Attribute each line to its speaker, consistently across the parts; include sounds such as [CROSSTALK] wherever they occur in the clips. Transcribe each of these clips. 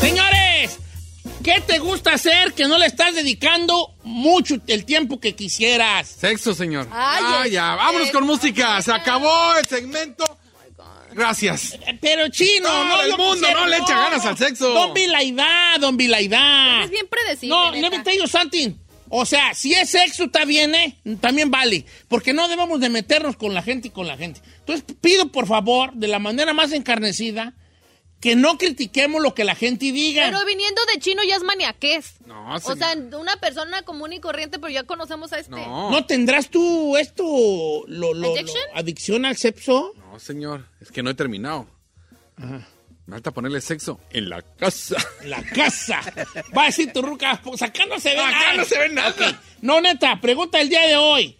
Speaker 1: Señores, ¿qué te gusta hacer que no le estás dedicando mucho el tiempo que quisieras?
Speaker 2: Sexo, señor.
Speaker 3: Ay,
Speaker 2: ah,
Speaker 3: el
Speaker 2: ya. Vámonos con música. Se acabó el segmento. Gracias.
Speaker 1: Eh, Pero chino,
Speaker 2: No,
Speaker 1: no,
Speaker 2: el
Speaker 1: yo
Speaker 2: mundo
Speaker 1: quisiera-
Speaker 2: no le echa ganas al sexo.
Speaker 1: Don Vilaidad, don Vilaidad.
Speaker 3: Es bien predecible.
Speaker 1: No,
Speaker 3: neta.
Speaker 1: let me tell you something. O sea, si es sexo, está bien, ¿eh? También vale. Porque no debemos de meternos con la gente y con la gente. Entonces, pido, por favor, de la manera más encarnecida, que no critiquemos lo que la gente diga. [LAUGHS]
Speaker 3: Pero viniendo de chino ya es maniaquez.
Speaker 2: No,
Speaker 3: O
Speaker 2: señor.
Speaker 3: sea, una persona común y corriente, pero ya conocemos a este.
Speaker 2: No.
Speaker 1: ¿No tendrás tú esto, lo, lo-
Speaker 3: ¿Addiction?
Speaker 1: lo- adicción al sexo?
Speaker 2: No, señor. Es que no he terminado. Me falta ponerle sexo en la casa.
Speaker 1: La casa. Va a decir tu ruca, pues, acá no se ve
Speaker 2: Acá
Speaker 1: nada.
Speaker 2: no se ve nada.
Speaker 1: Ok. No, neta, pregunta el día de hoy.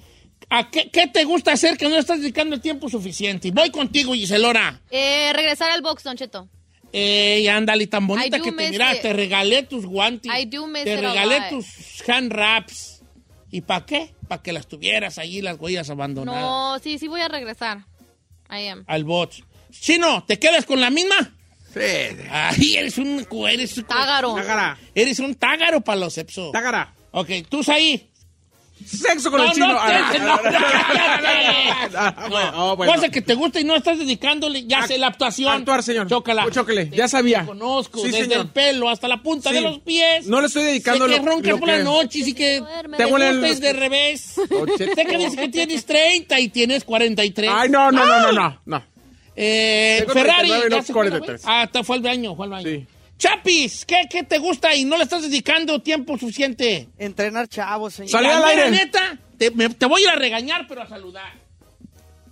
Speaker 1: ¿A qué, qué te gusta hacer que no le estás dedicando el tiempo suficiente? Voy contigo, Giselora.
Speaker 3: Eh, regresar al box, Don Cheto.
Speaker 1: Ey, ándale, tan bonita
Speaker 3: I do
Speaker 1: que te
Speaker 3: miss
Speaker 1: miras.
Speaker 3: it.
Speaker 1: Te regalé tus guantes.
Speaker 3: I do miss
Speaker 1: Te
Speaker 3: it a
Speaker 1: regalé
Speaker 3: lot.
Speaker 1: tus hand wraps. ¿Y para qué? Para que las tuvieras allí, las huellas abandonadas.
Speaker 3: No, sí, sí voy a regresar. I am.
Speaker 1: Al bot. Chino, ¿te quedas con la misma?
Speaker 2: Sí.
Speaker 1: Ay, eres un... cu- Eres un
Speaker 3: Tágaro.
Speaker 4: Tágara,
Speaker 1: Eres un tágaro para los sepsos.
Speaker 4: tágara.
Speaker 1: Ok, tú ahí.
Speaker 4: Sexo con el chino.
Speaker 1: No,
Speaker 4: Ah,
Speaker 1: te-
Speaker 4: ah,
Speaker 1: no,
Speaker 4: ah,
Speaker 1: cállate.
Speaker 4: ah, ah, bueno, ah, bueno.
Speaker 1: Cosa que te gusta y no estás dedicándole, ya sé, la actuación.
Speaker 4: Actuar, señor.
Speaker 1: Chócala.
Speaker 4: Oh, chóquele, ya sabía.
Speaker 1: Te conozco,
Speaker 4: Sí,
Speaker 1: desde
Speaker 4: señor.
Speaker 1: el pelo hasta la punta
Speaker 4: Sí.
Speaker 1: de los pies.
Speaker 4: No le estoy dedicando
Speaker 1: sé que
Speaker 4: lo-
Speaker 1: roncas
Speaker 4: lo
Speaker 1: por
Speaker 4: que-
Speaker 1: la noche y que
Speaker 3: Duerme.
Speaker 1: te
Speaker 4: Te huelen
Speaker 1: gustes
Speaker 4: los-
Speaker 1: de revés.
Speaker 2: Oche-
Speaker 1: sé que dices
Speaker 4: [LAUGHS]
Speaker 1: que tienes 30 y tienes 43.
Speaker 4: Ay, no, no, no, no, no. no.
Speaker 1: Eh,
Speaker 4: Tengo
Speaker 1: Ferrari.
Speaker 4: 39 y no
Speaker 1: ¿ya se fue la vez?
Speaker 4: 43.
Speaker 1: Ah, está- fue el baño, fue el baño.
Speaker 4: Sí.
Speaker 1: Chapis, ¿qué, ¿qué te gusta y no le estás dedicando tiempo suficiente?
Speaker 5: Entrenar chavos, señor.
Speaker 4: Salí al
Speaker 1: La mera
Speaker 4: aire.
Speaker 1: neta, te, me- te voy a ir a regañar, pero a saludar.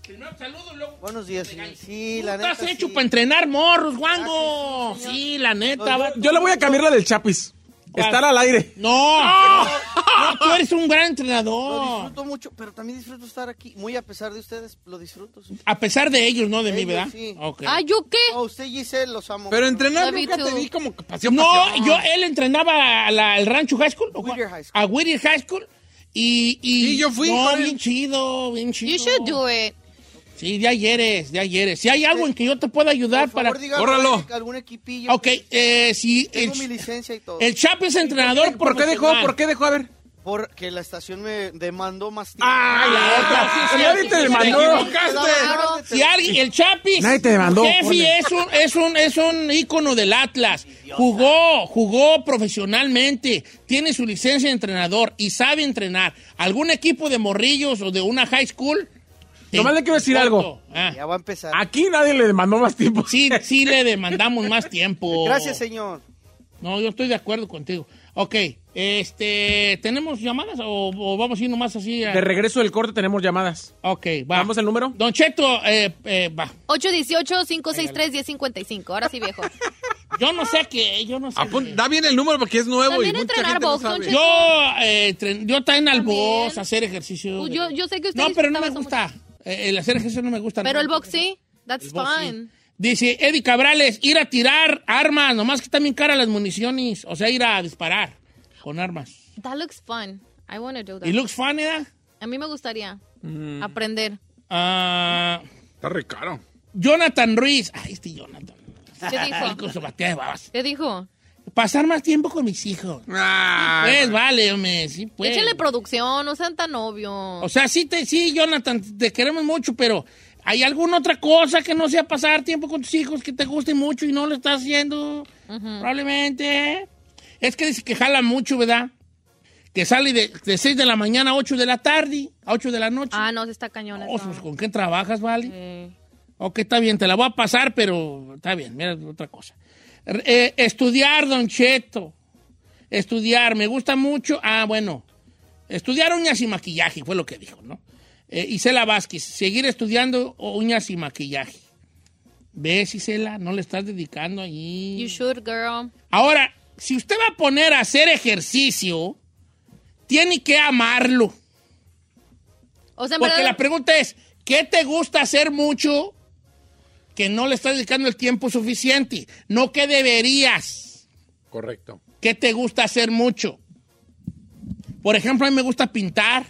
Speaker 1: Primero te saludo y luego.
Speaker 5: Buenos días, señor. Sí, la
Speaker 1: Tú
Speaker 5: neta.
Speaker 1: estás hecho
Speaker 5: sí. Ah,
Speaker 1: para entrenar morros, guango. sí, la neta. va-
Speaker 4: Yo le voy a cambiar la del Chapis.
Speaker 1: ¿Cuál?
Speaker 4: Estar al aire.
Speaker 1: No, no, tú eres un gran
Speaker 5: Lo
Speaker 1: entrenador.
Speaker 5: disfruto mucho, pero también disfruto estar aquí. Muy a pesar de ustedes, lo disfruto. sí.
Speaker 1: A pesar de ellos, no de mí,
Speaker 5: Ellos,
Speaker 1: ¿verdad?
Speaker 5: sí.
Speaker 1: Ok.
Speaker 3: Ay, ¿yo qué?
Speaker 5: Oh, usted, Giselle, los amo.
Speaker 2: Pero entrenar
Speaker 3: Love you
Speaker 2: nunca te
Speaker 3: too.
Speaker 2: di como que pasión, pasión.
Speaker 1: No, yo, él entrenaba a la- al Rancho High School. ¿o cuál?
Speaker 5: Whittier High School.
Speaker 1: A Whittier High School. Y, y
Speaker 2: Sí, yo fui
Speaker 1: No,
Speaker 2: con él.
Speaker 1: bien chido, bien chido.
Speaker 3: You should do it.
Speaker 1: Sí, de ayer es, de ayer es. Si hay algo en que yo te pueda ayudar
Speaker 5: Por favor,
Speaker 1: para...
Speaker 5: dígame
Speaker 2: Córralo.
Speaker 5: Algún equipillo.
Speaker 1: Ok, eh, sí, el,
Speaker 5: Tengo mi licencia y todo.
Speaker 1: el Chapo es entrenador
Speaker 4: ¿Por qué dejó?
Speaker 1: profesional.
Speaker 4: ¿Por qué dejó? A ver.
Speaker 5: Porque la estación me demandó más tiempo.
Speaker 4: ¡Ah, la
Speaker 1: Ah,
Speaker 4: otra!
Speaker 1: sí, sí,
Speaker 4: Nadie
Speaker 1: sí,
Speaker 4: te
Speaker 1: sí,
Speaker 4: demandó.
Speaker 1: te
Speaker 5: Claro.
Speaker 1: Si alguien, el Chapis,
Speaker 4: Nadie te demandó,
Speaker 1: Steffi
Speaker 4: ponle.
Speaker 1: es un, es, un, es un ícono del Atlas. Jugó, jugó profesionalmente. Tiene su licencia de entrenador y sabe entrenar. ¿Algún equipo de morrillos o de una high school?
Speaker 4: Nomás le quiero decir algo.
Speaker 1: Ah,
Speaker 5: Ya va a empezar.
Speaker 4: Aquí nadie le demandó más tiempo.
Speaker 1: sí, sí le demandamos más tiempo.
Speaker 5: Gracias, señor.
Speaker 1: No, yo estoy de acuerdo contigo. Ok, este, ¿tenemos llamadas o, o vamos a ir nomás así? a-
Speaker 4: De regreso del corte tenemos llamadas.
Speaker 1: Ok, va.
Speaker 4: ¿Damos el número?
Speaker 1: Don Cheto, eh, eh, va.
Speaker 3: 818-563-1055. Ahora
Speaker 1: [LAUGHS]
Speaker 3: sí, viejo.
Speaker 1: Yo no sé qué, yo no sé.
Speaker 4: Ah,
Speaker 2: Apun-
Speaker 4: pues,
Speaker 1: qué.
Speaker 2: da bien el número porque es nuevo
Speaker 3: También
Speaker 2: y mucha
Speaker 3: entrenar
Speaker 2: gente no
Speaker 3: box, don
Speaker 2: sabe.
Speaker 3: Cheto.
Speaker 1: Yo, eh, tren- yo también al
Speaker 3: También.
Speaker 1: box, hacer ejercicio.
Speaker 3: Pues yo- yo sé que usted
Speaker 1: No, pero no me
Speaker 3: disfrutaba
Speaker 1: gusta. Eh, el hacer ejercicio no me gusta.
Speaker 3: Pero
Speaker 1: No.
Speaker 3: el box sí. That's
Speaker 1: El box, sí.
Speaker 3: fine.
Speaker 1: Dice Eddie Cabrales, ir a tirar armas, nomás que están bien caras las municiones. O sea, ir a disparar con armas.
Speaker 3: That looks fun. I want to do
Speaker 1: ¿Y Mm.
Speaker 3: that.
Speaker 1: looks fun, eh?
Speaker 3: A mí me gustaría aprender.
Speaker 1: Ah,
Speaker 2: Está re caro.
Speaker 1: Jonathan Ruiz. Ay, este Jonathan. [LAUGHS]
Speaker 3: ¿Qué
Speaker 1: Ay,
Speaker 3: dijo?
Speaker 1: con su batea de babas.
Speaker 3: ¿Qué dijo?
Speaker 1: Pasar más tiempo con mis hijos.
Speaker 2: Ah,
Speaker 1: Pues vale, hombre, sí, pues.
Speaker 3: Échenle producción, no sean tan obvios.
Speaker 1: O sea, sí, te, sí, Jonathan, te queremos mucho, pero ¿hay alguna otra cosa que no sea pasar tiempo con tus hijos que te guste mucho y no lo estás haciendo? Probablemente. Es que dice que jala mucho, ¿verdad? que sale de, de 6 de la mañana a 8 de la tarde, a 8 de la noche.
Speaker 3: Ah, no, se está cañón.
Speaker 1: Oh,
Speaker 3: eso.
Speaker 1: pues, ¿Con qué trabajas, Vale?
Speaker 3: Eh,
Speaker 1: Ok, está bien, te la voy a pasar, pero está bien, mira otra cosa. R- eh, estudiar, don Cheto. Estudiar, me gusta mucho. Ah, bueno. Estudiar uñas y maquillaje, fue lo que dijo, ¿no? Eh, Isela Vázquez, seguir estudiando uñas y maquillaje. ¿Ves, Isela? No le estás dedicando ahí.
Speaker 3: You should, girl.
Speaker 1: Ahora, si usted va a poner a hacer ejercicio, tiene que amarlo.
Speaker 3: O sea, en
Speaker 1: Porque
Speaker 3: verdad-
Speaker 1: la pregunta es, ¿qué te gusta hacer mucho que no le estás dedicando el tiempo suficiente? No que deberías,
Speaker 2: Correcto.
Speaker 1: ¿qué te gusta hacer mucho? Por ejemplo, a mí me gusta pintar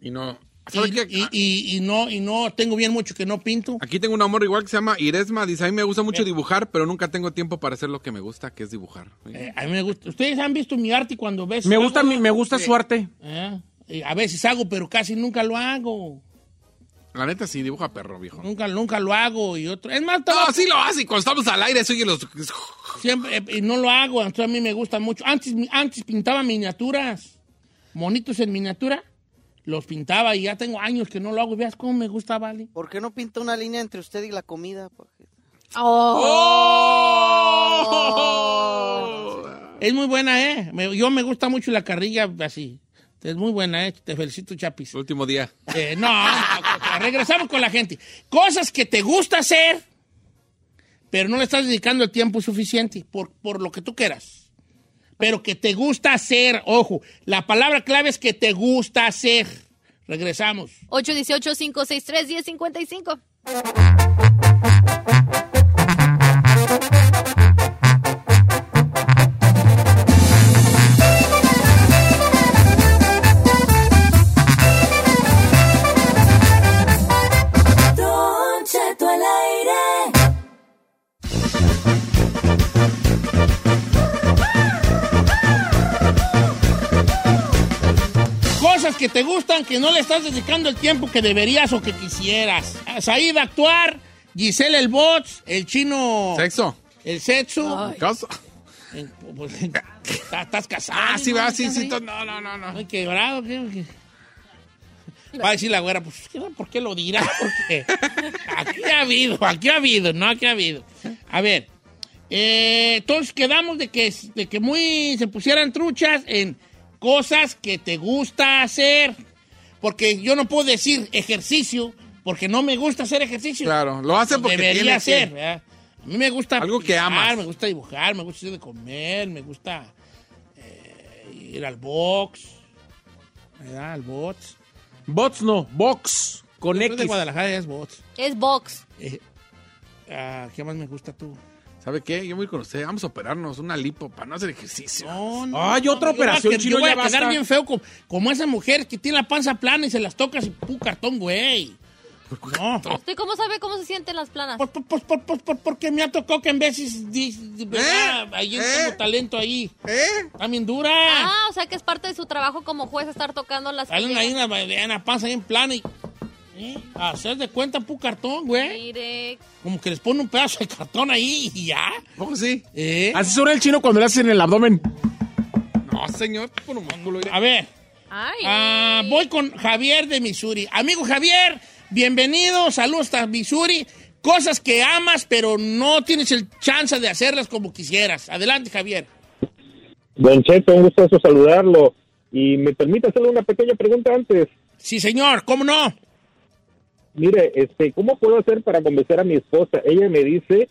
Speaker 2: Y no.
Speaker 1: y,
Speaker 2: ¿Sabe qué?
Speaker 1: y- y- y no, y no tengo bien mucho que no pinto.
Speaker 2: Aquí tengo una amor igual que se llama Iresma. Dice, a mí me gusta mucho dibujar, pero nunca tengo tiempo para hacer lo que me gusta, que es dibujar.
Speaker 1: Eh, a mí me gusta. Ustedes han visto mi arte cuando ves...
Speaker 4: Me gusta, mi- me gusta su arte.
Speaker 1: Eh, eh, A veces hago, pero casi nunca lo hago.
Speaker 2: La neta sí, dibuja perro, viejo.
Speaker 1: Nunca, nunca lo hago y otro... Es más,
Speaker 2: No,
Speaker 1: todo-
Speaker 2: sí lo hace. y Cuando estamos al aire, oye los...
Speaker 1: Siempre, eh, y no lo hago, entonces a mí me gusta mucho. Antes, antes pintaba miniaturas, monitos en miniatura, los pintaba y ya tengo años que no lo hago. Veas cómo me gusta, Vale.
Speaker 5: ¿Por qué no pinta una línea entre usted y la comida? Porque-
Speaker 1: Es muy buena, ¿eh? Me- yo me gusta mucho la carrilla así. Es muy buena, ¿eh? Te felicito, Chapis.
Speaker 2: Último día.
Speaker 1: Eh, no, tampoco. regresamos con la gente. Cosas que te gusta hacer, pero no le estás dedicando el tiempo suficiente, por, por lo que tú quieras. Pero que te gusta hacer, ojo, la palabra clave es que te gusta hacer. Regresamos.
Speaker 3: 818-563-1055.
Speaker 1: Cosas que te gustan, que no le estás dedicando el tiempo que deberías o que quisieras. Saída actuar, Giselle el bots, el chino,
Speaker 2: ¿Sexo?
Speaker 1: el sexo.
Speaker 2: ¿Caso?
Speaker 1: Eh, pues, Estás estás casado.
Speaker 2: Ah, sí,
Speaker 1: ¿no?
Speaker 2: va, sí, sí. to- No, no, no, no.
Speaker 1: Ay, quebrado, ¿qué? ¿Qué? Va a decir la güera, pues, ¿qué- ¿por qué lo dirá? [LAUGHS] Porque aquí ha habido, aquí ha habido, no, aquí ha habido. A ver, eh, entonces quedamos de que, de que muy se pusieran truchas en cosas que te gusta hacer. Porque yo no puedo decir ejercicio, porque no me gusta hacer ejercicio.
Speaker 2: Claro, lo hace porque tiene
Speaker 1: Debería
Speaker 2: que-
Speaker 1: hacer, ¿verdad? A mí me gusta
Speaker 2: Algo que
Speaker 1: pintar,
Speaker 2: amas.
Speaker 1: Me gusta dibujar, me gusta hacer de comer, me gusta eh, ir al box, ¿verdad? Al box.
Speaker 4: Bots no, box. Con
Speaker 1: Yo creo que de
Speaker 4: X.
Speaker 1: Guadalajara ya es box.
Speaker 3: Es box.
Speaker 1: Eh, ah, ¿Qué más me gusta tú?
Speaker 2: ¿Sabe qué? Yo voy con usted. Vamos a operarnos una lipo para no hacer ejercicio.
Speaker 1: No,
Speaker 4: Ay, otra
Speaker 1: yo voy a
Speaker 4: operación,
Speaker 1: que-
Speaker 4: chino,
Speaker 1: Yo voy
Speaker 4: ya
Speaker 1: a quedar
Speaker 4: basta.
Speaker 1: bien feo como, como esa mujer que tiene la panza plana y se las tocas y pu cartón, güey.
Speaker 2: [LAUGHS]
Speaker 1: No. Pues,
Speaker 3: ¿Usted cómo sabe cómo se sienten las planas?
Speaker 1: Por, por, por, por, por- por- porque me ha tocado que en veces. di- di- ¿verdad? Ahí tengo talento ahí.
Speaker 2: ¿Eh?
Speaker 1: También dura.
Speaker 3: Ah, o sea que es parte de su trabajo como juez estar tocando las
Speaker 1: Salen ahí una, una panza ahí en plano y. ¿eh? Hacer de cuenta pu cartón, güey.
Speaker 3: Mire,
Speaker 1: Como que les pone un pedazo de cartón ahí y ya.
Speaker 2: ¿Poco sí?
Speaker 1: ¿Eh?
Speaker 4: Así suena el chino cuando le hacen el abdomen.
Speaker 2: No, señor. Por un músculo.
Speaker 1: A ver,
Speaker 3: Ay.
Speaker 1: ah, voy con Javier de Missouri. Amigo Javier, bienvenido. Saludos a Missouri. Cosas que amas, pero no tienes el chance de hacerlas como quisieras. Adelante, Javier.
Speaker 6: Don Cheto, un gusto saludarlo. Y me permite hacerle una pequeña pregunta antes.
Speaker 1: Sí, señor, ¿cómo no?
Speaker 6: Mire, este, ¿cómo puedo hacer para convencer a mi esposa? Ella me dice,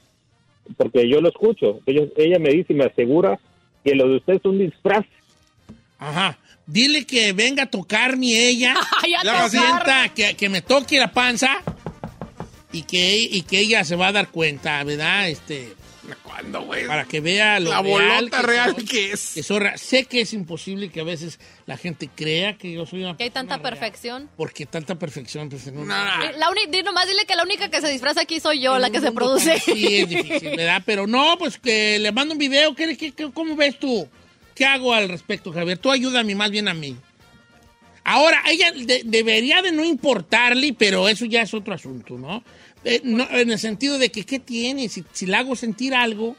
Speaker 6: porque yo lo escucho, ella, ella me dice y me asegura que lo de usted es un disfraz.
Speaker 1: Ajá. Dile que venga a tocar mi ella.
Speaker 3: [LAUGHS] Ay, a
Speaker 2: Ya va,
Speaker 3: tocar.
Speaker 1: sienta que, que me toque la panza y que, y que ella se va a dar cuenta, ¿verdad? Este,
Speaker 2: ¿Cuándo, güey?
Speaker 1: para que vea lo
Speaker 2: La
Speaker 1: real
Speaker 2: bolota real
Speaker 1: soy,
Speaker 2: que es.
Speaker 1: que soy ra- sé que es imposible que a veces la gente crea que yo soy una
Speaker 3: Que hay tanta
Speaker 1: persona real,
Speaker 3: perfección. Eh,
Speaker 1: Porque tanta perfección, pues, no-
Speaker 2: Nah.
Speaker 3: La única, di nomás dile que la única que se disfraza aquí soy yo,
Speaker 1: en
Speaker 3: la
Speaker 1: un
Speaker 3: que se
Speaker 1: mundo
Speaker 3: produce.
Speaker 1: [LAUGHS] tan
Speaker 3: [LAUGHS]
Speaker 1: así es difícil, ¿verdad? Pero no, pues que le mando un video. ¿Qué, qué- qué- cómo ves tú? ¿Qué hago al respecto, Javier? Tú ayúdame más bien a mí. Ahora, ella de- debería de no importarle, pero eso ya es otro asunto, ¿no? Eh, no, en el sentido de que, ¿qué tiene? Si, si la hago sentir algo,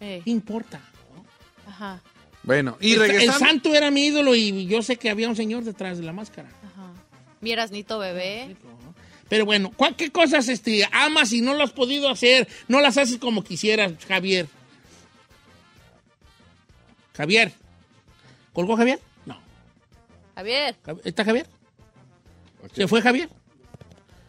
Speaker 3: Eh,
Speaker 1: ¿qué importa?
Speaker 3: ajá.
Speaker 2: Bueno, y
Speaker 1: El
Speaker 2: regresando.
Speaker 1: santo era mi ídolo y yo sé que había un señor detrás de la máscara.
Speaker 3: Vieras Nito Bebé.
Speaker 1: Pero bueno, ¿cuál- ¿qué cosas este, amas y no lo has podido hacer? No las haces como quisieras, Javier. Javier. ¿Colgó Javier? No.
Speaker 3: Javier.
Speaker 1: Jav- ¿Está Javier? ¿Se fue Javier?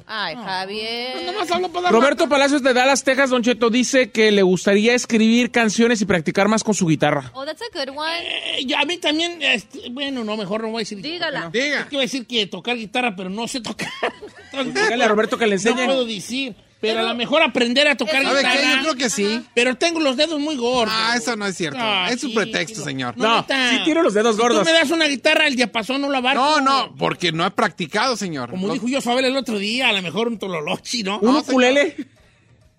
Speaker 3: Ay, Javier.
Speaker 1: Nomás hablo para dar-
Speaker 4: Roberto Palacios de Dallas, Texas, Don Cheto, dice que le gustaría escribir canciones y practicar más con su guitarra.
Speaker 3: Oh, that's a good one.
Speaker 1: Eh, yo- a mí también, este, bueno, no, mejor no voy a decir.
Speaker 3: Dígala.
Speaker 1: No.
Speaker 2: Diga.
Speaker 1: Es que iba a decir que tocar guitarra, pero no sé tocar. [LAUGHS] Entonces,
Speaker 4: Dígale a Roberto que le enseñe.
Speaker 1: No puedo decir, pero a lo mejor aprender a tocar
Speaker 3: Pero-
Speaker 2: ¿Sabe
Speaker 1: guitarra.
Speaker 2: qué? Yo creo que sí.
Speaker 1: Pero tengo los dedos muy gordos.
Speaker 2: Ah, eso no es cierto.
Speaker 1: Ah,
Speaker 2: es un
Speaker 1: sí,
Speaker 2: pretexto,
Speaker 1: sí,
Speaker 2: señor.
Speaker 1: No,
Speaker 4: No,
Speaker 1: neta.
Speaker 4: sí tiene los dedos
Speaker 1: Si
Speaker 4: gordos.
Speaker 1: tú me das una guitarra, el diapasón no la barco.
Speaker 2: No, no, porque no ha practicado, señor.
Speaker 1: Como
Speaker 2: No-
Speaker 1: dijo yo Fabel el otro día, a lo mejor un tololochi, ¿no?
Speaker 4: ¿Un
Speaker 1: No,
Speaker 4: ukulele?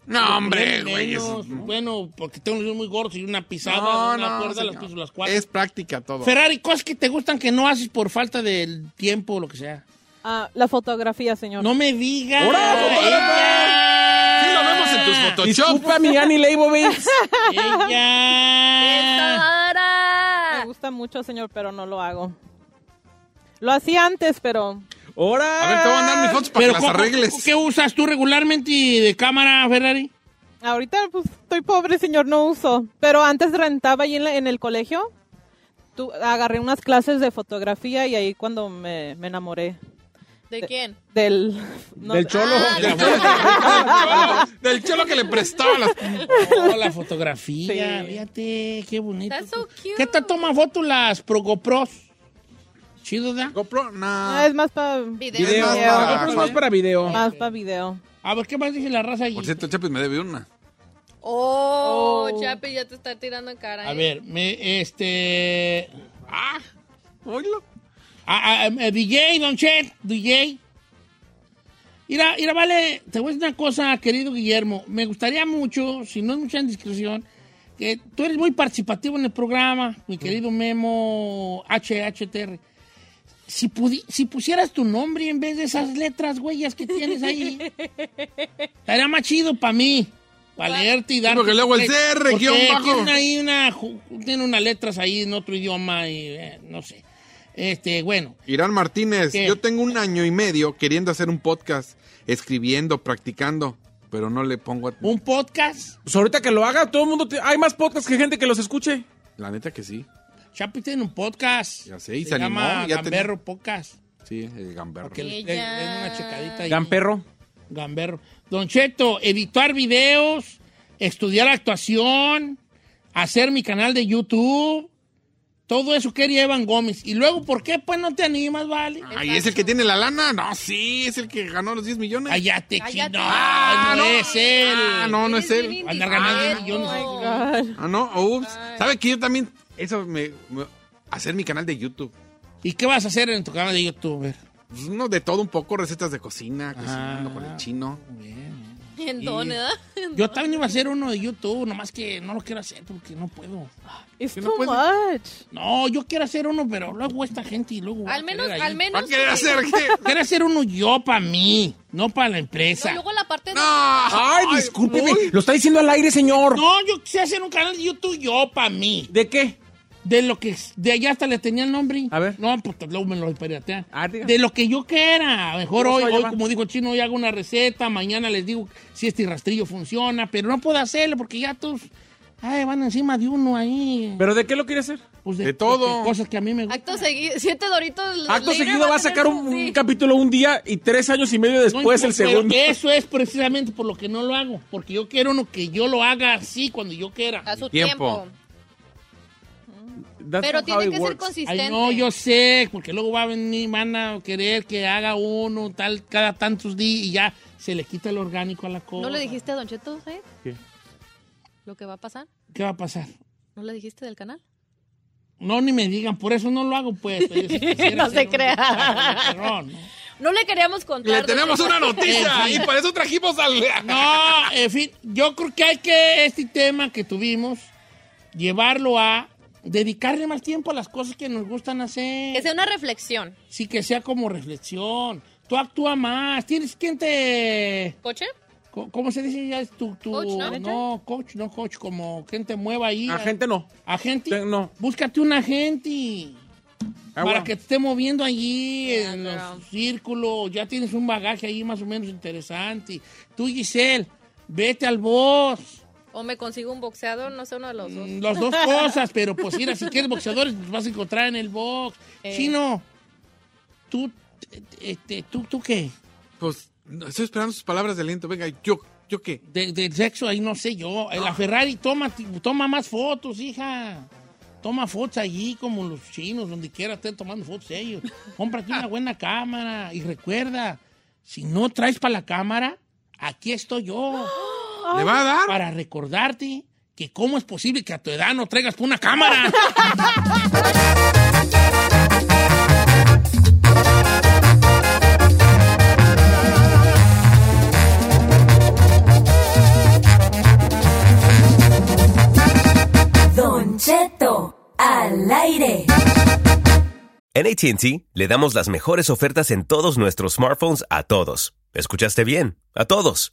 Speaker 2: No, hombre,
Speaker 1: menos,
Speaker 2: güey. es-
Speaker 1: Bueno, porque tengo los dedos muy gordos y una pisada,
Speaker 2: No,
Speaker 1: una
Speaker 2: no,
Speaker 1: cuerda, las
Speaker 2: señor.
Speaker 1: piso las cuatro.
Speaker 2: Es práctica todo.
Speaker 1: Ferrari, cosas que te gustan que no haces por falta del tiempo o lo que sea.
Speaker 7: Ah, la fotografía, señor.
Speaker 1: No me digas.
Speaker 4: ¡Ora,
Speaker 1: ¡Ella!
Speaker 2: Sí, lo vemos en tus Photoshop.
Speaker 4: Disculpa mi Annie Leibovitz.
Speaker 1: ¡Ella!
Speaker 7: [LAUGHS] Me
Speaker 3: Ahora.
Speaker 7: gusta mucho, señor, pero no lo hago. Lo hacía antes, pero
Speaker 4: Ahora.
Speaker 2: A ver, te voy a mandar mis fotos para que las
Speaker 1: ¿cómo-
Speaker 2: arregles.
Speaker 1: ¿Qué usas tú regularmente de cámara, Ferrari?
Speaker 7: ahorita pues, estoy pobre, señor, no uso. Pero antes rentaba ahí en, la- en el colegio. Tu- agarré unas clases de fotografía y ahí cuando me, me enamoré
Speaker 3: ¿De quién?
Speaker 7: del... no-
Speaker 4: Del cholo.
Speaker 3: Ah,
Speaker 2: Del cholo-
Speaker 1: [LAUGHS]
Speaker 2: Del cholo que le prestaba
Speaker 3: [LAUGHS]
Speaker 2: las.
Speaker 1: Oh, la fotografía.
Speaker 7: Sí.
Speaker 1: Fíjate, qué bonito.
Speaker 3: That's so cute.
Speaker 1: ¿Qué tal toma fotos las Pro GoPros? Chido, ¿da?
Speaker 2: GoPro, no.
Speaker 7: Ah, es más para
Speaker 2: Video.
Speaker 3: Video.
Speaker 4: Video.
Speaker 7: Video.
Speaker 4: Yo
Speaker 2: Ah,
Speaker 4: creo que más para video.
Speaker 7: más pa video.
Speaker 1: A ver, ¿qué más dice la raza allí?
Speaker 2: Por cierto, Chapis me debe una.
Speaker 3: Oh,
Speaker 7: Oh.
Speaker 3: Chapi, ya te está tirando en cara.
Speaker 1: A
Speaker 3: ¿eh?
Speaker 1: ver, me, este...
Speaker 2: Ah, oílo.
Speaker 1: Ah, ah, eh, DJ, Don Chet, DJ. Mira, mira, vale, te voy a decir una cosa, querido Guillermo. Me gustaría mucho, si no es mucha indiscreción, que tú eres muy participativo en el programa, mi querido Memo HHTR. Si, pudi- si pusieras tu nombre en vez de esas letras huellas que tienes
Speaker 2: [LAUGHS]
Speaker 1: ahí, estaría más chido para mí, para leerte y darte.
Speaker 2: porque luego el
Speaker 1: porque-
Speaker 2: CR guión
Speaker 1: porque
Speaker 2: bajo.
Speaker 1: Tienen ahí una, ju- tienen unas letras ahí en otro idioma y eh, no sé. Este, bueno.
Speaker 2: Irán Martínez,
Speaker 1: ¿Qué?
Speaker 2: yo tengo un año y medio queriendo hacer un podcast, escribiendo, practicando, pero no le pongo a...
Speaker 1: un podcast.
Speaker 4: Pues ahorita que lo haga, todo el mundo. te- Hay más podcasts que gente que los escuche.
Speaker 2: La neta que sí.
Speaker 1: Chapi tiene un podcast.
Speaker 2: Ya sé, y se animó,
Speaker 1: llama
Speaker 2: ya
Speaker 1: Gamberro Podcast.
Speaker 2: Sí, el gamberro.
Speaker 1: Que le,
Speaker 3: Ella.
Speaker 1: le den una checadita ahí.
Speaker 4: Gamperro.
Speaker 1: Gamberro. Don Cheto, editar videos, estudiar actuación, hacer mi canal de YouTube. Todo eso quería Evan Gómez. Y luego, ¿por qué pues no te animas, vale?
Speaker 2: Ay, ¿es el que tiene la lana? No, sí, es el que ganó los 10 millones.
Speaker 1: Cállate,
Speaker 3: Cállate.
Speaker 1: chino.
Speaker 3: Ah,
Speaker 1: no,
Speaker 3: no.
Speaker 1: es él.
Speaker 2: Ah, no, no es
Speaker 3: Eres
Speaker 2: él.
Speaker 3: bien
Speaker 1: Andar ganando
Speaker 3: indiscreto.
Speaker 1: millones.
Speaker 7: Ah,
Speaker 2: Ah, no, ups. ¿Sabe que yo también... Eso me... me- hacer mi canal de YouTube.
Speaker 1: ¿Y qué vas a hacer en tu canal de YouTube?
Speaker 2: Pues uno de todo un poco, recetas de cocina, cocinando con el chino.
Speaker 3: ¿En dónde, ah? da?
Speaker 1: Yo también iba a hacer uno de YouTube, nomás que no lo quiero hacer porque no puedo.
Speaker 7: It's
Speaker 2: no
Speaker 7: too
Speaker 2: puedes-
Speaker 7: much.
Speaker 1: No, yo quiero hacer uno, pero luego esta gente y luego. voy a
Speaker 3: Al menos,
Speaker 1: querer ahí.
Speaker 3: al
Speaker 2: ¿Va a
Speaker 3: menos.
Speaker 2: querer
Speaker 3: que-
Speaker 2: hacer qué?
Speaker 1: Quiero hacer uno yo para mí, no para la
Speaker 3: No,
Speaker 1: empresa. No,
Speaker 3: luego la parte
Speaker 2: No.
Speaker 3: de.
Speaker 1: Ah.
Speaker 4: Ay, discúlpeme. Lo está diciendo al aire, señor.
Speaker 1: yo quise hacer un canal de YouTube yo para mí.
Speaker 4: ¿De qué?
Speaker 1: De lo que. De allá hasta le tenía el nombre.
Speaker 4: A ver.
Speaker 1: No, pues luego me lo piratean.
Speaker 4: Ah, diga.
Speaker 1: De lo que yo quiera. A lo Mejor
Speaker 4: ¿Cómo
Speaker 1: hoy,
Speaker 4: se va a
Speaker 1: hoy,
Speaker 4: llamar?
Speaker 1: como dijo el Chino, hoy hago una receta. Mañana les digo si este rastrillo funciona. Pero no puedo hacerlo porque ya todos. Ay, van encima de uno ahí.
Speaker 4: ¿Pero de qué lo quiere hacer?
Speaker 1: Pues
Speaker 2: De todo.
Speaker 1: de cosas que a mí me gustan.
Speaker 3: Acto seguido. Siete doritos.
Speaker 4: Acto
Speaker 3: later
Speaker 4: seguido va a
Speaker 3: tener
Speaker 4: sacar un,
Speaker 3: su-
Speaker 4: un
Speaker 3: sí.
Speaker 4: capítulo un día y tres años y medio después
Speaker 1: No
Speaker 4: el
Speaker 1: importa, pero
Speaker 4: segundo.
Speaker 1: Eso es precisamente por lo que no lo hago. Porque yo quiero uno que yo lo haga así cuando yo quiera.
Speaker 3: A su
Speaker 2: Tiempo.
Speaker 3: tiempo.
Speaker 4: That's
Speaker 3: Pero
Speaker 4: how
Speaker 3: tiene
Speaker 4: it
Speaker 3: que ser
Speaker 4: works.
Speaker 3: consistente.
Speaker 1: Ay, no, yo sé, porque luego va a venir, van a querer que haga uno tal cada tantos días y ya se le quita el orgánico a la cosa.
Speaker 3: ¿No le dijiste a Don Cheto, eh?
Speaker 4: ¿Qué?
Speaker 3: ¿Lo que va a pasar?
Speaker 1: ¿Qué va a pasar?
Speaker 3: ¿No le dijiste del canal?
Speaker 1: No, ni me digan, por eso no lo hago, pues. Pero yo sí
Speaker 3: [LAUGHS]
Speaker 1: quisiera
Speaker 3: No
Speaker 1: hacer
Speaker 3: se
Speaker 1: un-
Speaker 3: crea.
Speaker 1: pues, Perrón, ¿no?
Speaker 3: No le queríamos contar.
Speaker 2: Le
Speaker 3: don
Speaker 2: tenemos
Speaker 3: Cheto.
Speaker 2: una noticia
Speaker 1: Sí.
Speaker 2: y para eso trajimos al...
Speaker 1: [LAUGHS] No, en fin, yo creo que hay que este tema que tuvimos llevarlo a dedicarle más tiempo a las cosas que nos gustan hacer.
Speaker 3: [LAUGHS] Que sea una reflexión.
Speaker 1: Sí, que sea como reflexión. Tú actúa más. ¿Tienes quien te,
Speaker 3: ¿Coche?
Speaker 1: Co- ¿Cómo se dice ya? Es Tu, tu-
Speaker 3: Coach, ¿no?
Speaker 1: coach, no coach, como quien te mueva ahí.
Speaker 4: Agente no. Ah,
Speaker 1: Agente.
Speaker 4: Te- no.
Speaker 1: Búscate un agente. para
Speaker 4: Ah, bueno.
Speaker 1: que te esté moviendo allí en los
Speaker 3: girl.
Speaker 1: círculos. Ya tienes un bagaje ahí más o menos interesante. Tú, Giselle, vete al boss.
Speaker 3: O me consigo un boxeador, no sé, uno de los dos.
Speaker 1: Mm,
Speaker 3: [LAUGHS]
Speaker 1: Las dos cosas, pero pues mira, si quieres boxeadores, pues vas a encontrar en el box.
Speaker 3: Eh.
Speaker 1: Chino, tú, eh, eh, te- tú, tú qué?
Speaker 2: Pues no, estoy esperando sus palabras de aliento. Venga, ¿yo, yo qué?
Speaker 1: De, del sexo ahí no sé yo. Eh, La Ferrari toma, toma más fotos, hija. Toma fotos allí como los chinos, donde quiera estén tomando fotos ellos. Cómprate una buena cámara y recuerda, si no traes para la cámara, aquí estoy yo
Speaker 2: ¿Le va a dar?
Speaker 1: para recordarte que cómo es posible que a tu edad no traigas pa' una cámara.
Speaker 8: Don Cheto, al aire.
Speaker 9: En ATT le damos las mejores ofertas en todos nuestros smartphones a todos. ¿Escuchaste bien? A todos.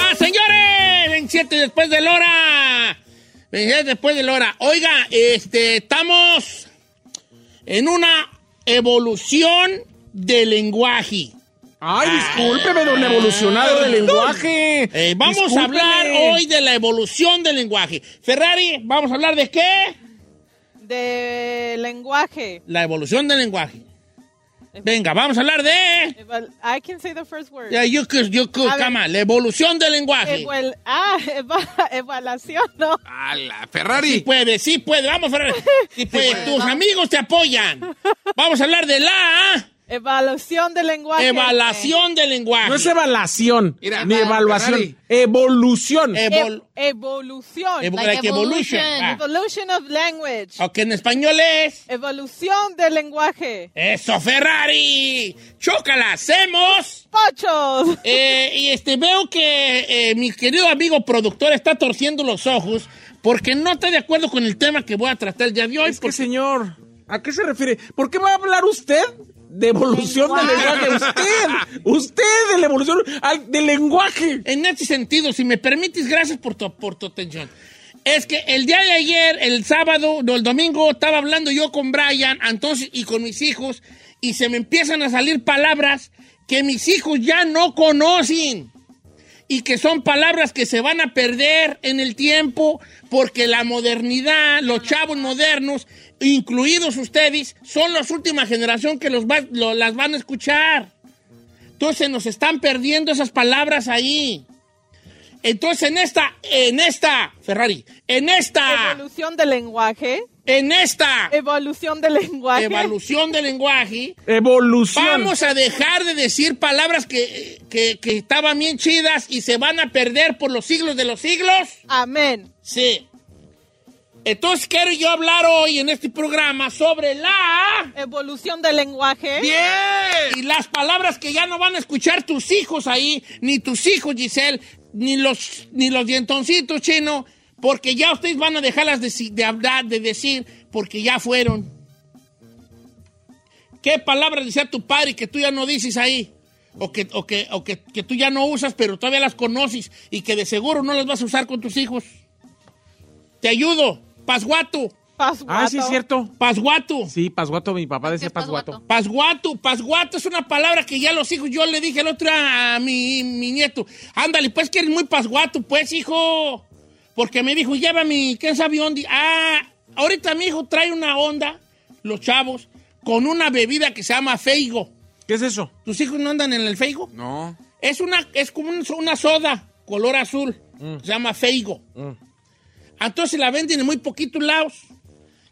Speaker 1: ¡Ah, señores! 27 después de la hora. 27 después de la hora. Oiga, este, estamos en una evolución de lenguaje. Ah,
Speaker 4: Ay, Eh, discúlpeme, don evolucionado del lenguaje.
Speaker 1: Eh, vamos a
Speaker 4: Discúlpeme.
Speaker 1: hablar hoy de la evolución del lenguaje. Ferrari, ¿vamos a hablar de qué?
Speaker 7: De lenguaje.
Speaker 1: La evolución del lenguaje. Venga, vamos a hablar de...
Speaker 7: Eval- I can say the first word.
Speaker 1: Yeah, you could, you could,
Speaker 7: A ver.
Speaker 1: come on, La evolución del lenguaje.
Speaker 7: Eval- ah, [LAUGHS] eva- evaluación, ¿no?
Speaker 2: A la
Speaker 1: Sí
Speaker 2: Ferrari.
Speaker 1: puede, sí puede.
Speaker 7: [LAUGHS]
Speaker 1: Vamos, Ferrari. Sí puede. Tus amigos te apoyan. Vamos a hablar de la
Speaker 7: Evaluación del lenguaje.
Speaker 1: evaluación del lenguaje.
Speaker 4: No es evaluación,
Speaker 2: Mira,
Speaker 4: ni
Speaker 2: ah,
Speaker 4: evaluación,
Speaker 2: Ferrari.
Speaker 4: evolución.
Speaker 7: Ev-
Speaker 1: Evol-
Speaker 7: evolución.
Speaker 1: evo-
Speaker 3: Like
Speaker 1: like evolution.
Speaker 3: evolution.
Speaker 7: Evolution of language.
Speaker 1: Ah, ok, en español es...
Speaker 7: Evolución del lenguaje.
Speaker 1: Eso, Ferrari. Chócala, hacemos...
Speaker 7: Pochos.
Speaker 1: [LAUGHS] Eh, y este, veo que eh, mi querido amigo productor está torciendo los ojos porque no está de acuerdo con el tema que voy a tratar el día de hoy.
Speaker 4: Es que,
Speaker 1: porque-
Speaker 4: señor, ¿a qué se refiere? ¿Por qué va a hablar usted de evolución del lenguaje? Usted, usted de la evolución al- del lenguaje.
Speaker 1: En ese sentido, si me permites, gracias por tu, por tu atención. Es que el día de ayer, el sábado, no, el domingo, estaba hablando yo con Brian entonces, y con mis hijos y se me empiezan a salir palabras que mis hijos ya no conocen. y que son palabras que se van a perder en el tiempo porque la modernidad, los chavos modernos, incluidos ustedes, son la última generación que los va- lo- las van a escuchar. Entonces nos están perdiendo esas palabras ahí. Entonces en esta, en esta, Ferrari, en esta,
Speaker 7: Evolución del lenguaje.
Speaker 1: en esta
Speaker 7: Evolución del lenguaje.
Speaker 1: evolución del lenguaje,
Speaker 4: Evolución.
Speaker 1: Vamos a dejar de decir palabras que, que- que estaban bien chidas y se van a perder por los siglos de los siglos.
Speaker 7: Amén.
Speaker 1: Sí. Entonces quiero yo hablar hoy en este programa sobre la...
Speaker 7: Evolución del lenguaje.
Speaker 1: ¡Bien! Y las palabras que ya no van a escuchar tus hijos ahí, ni tus hijos, Giselle, ni los, ni los dientoncitos chino, porque ya ustedes van a dejarlas de, si- de hablar, de decir, porque ya fueron. ¿Qué palabras decía tu padre que tú ya no dices ahí? o que, o que, o que, que tú ya no usas, pero todavía las conoces y que de seguro no las vas a usar con tus hijos. Te ayudo, Pasguato.
Speaker 4: Ah, sí, es cierto.
Speaker 1: Pasguato.
Speaker 4: Sí, pasguato, mi papá decía pasguato.
Speaker 1: Pasguato, pasguato es una palabra que ya los hijos, yo le dije el otro a mi, mi nieto, ándale, pues que eres muy pasguato, pues hijo, porque me dijo, lleva mi, ¿quién sabe dónde? Ah, ahorita mi hijo trae una onda, los chavos, con una bebida que se llama feigo.
Speaker 4: ¿Qué es eso?
Speaker 1: ¿Tus hijos no andan en el feigo?
Speaker 2: No.
Speaker 1: Es una, es como un- una soda, color azul,
Speaker 2: Mm.
Speaker 1: se llama feigo. Entonces la venden en muy poquitos lados.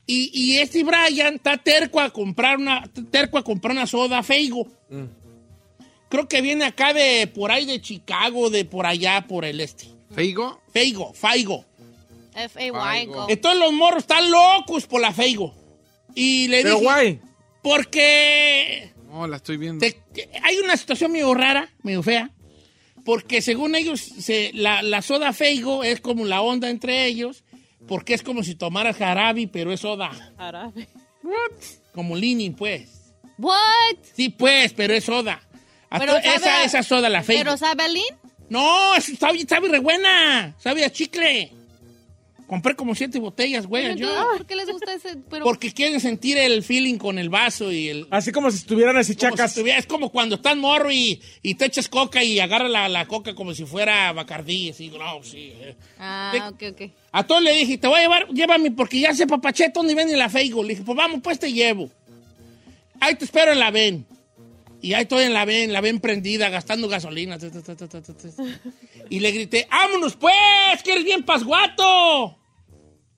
Speaker 1: Y, y este Brian está terco a comprar una, terco a comprar una soda Feigo.
Speaker 2: Mm.
Speaker 1: Creo que viene acá de por ahí de Chicago, de por allá, por el este.
Speaker 2: ¿Feigo?
Speaker 1: Feigo, Faigo.
Speaker 3: F-A-Y. go.
Speaker 1: Entonces los morros están locos por la Feigo. Y le
Speaker 2: Pero
Speaker 1: dije,
Speaker 2: guay.
Speaker 1: Porque
Speaker 2: No, la estoy viendo.
Speaker 1: te- hay una situación medio rara, medio fea, porque según ellos, se- la, la soda Feigo es como la onda entre ellos, porque es como si tomaras jarabe, pero es soda.
Speaker 7: Jarabe.
Speaker 1: Como Linin, pues.
Speaker 3: What?
Speaker 1: Sí, pues, pero es soda. A
Speaker 3: Pero
Speaker 1: to-
Speaker 3: sabe
Speaker 1: esa,
Speaker 3: a-
Speaker 1: esa soda, la Feigo.
Speaker 3: ¿Pero sabe a Lin?
Speaker 1: No, eso sabe, sabe re buena. Sabe a chicle. Compré como siete botellas,
Speaker 3: Pero
Speaker 1: güey, Eh, yo.
Speaker 3: entonces, ¿Por qué les gusta ese? Pero,
Speaker 1: Porque quieren sentir el feeling con el vaso y el...
Speaker 4: Así como si estuvieran así
Speaker 1: como
Speaker 4: chacas.
Speaker 1: si estuviera- es como cuando estás morro y, y te echas coca y agarra la, la coca como si fuera Bacardí. Así, no, sí. eh.
Speaker 3: Ah, ok, ok.
Speaker 1: A todos le dije, te voy a llevar, llévame, porque ya sé papachete dónde venden la Feigo. Le dije, pues vamos, pues te llevo. Ahí te espero en la ven. Y ahí estoy en la ven, la ven prendida, gastando gasolina. Ta, ta, ta, ta, ta, ta, ta. Y le grité, ¡vámonos pues! ¡Que eres bien pasguato!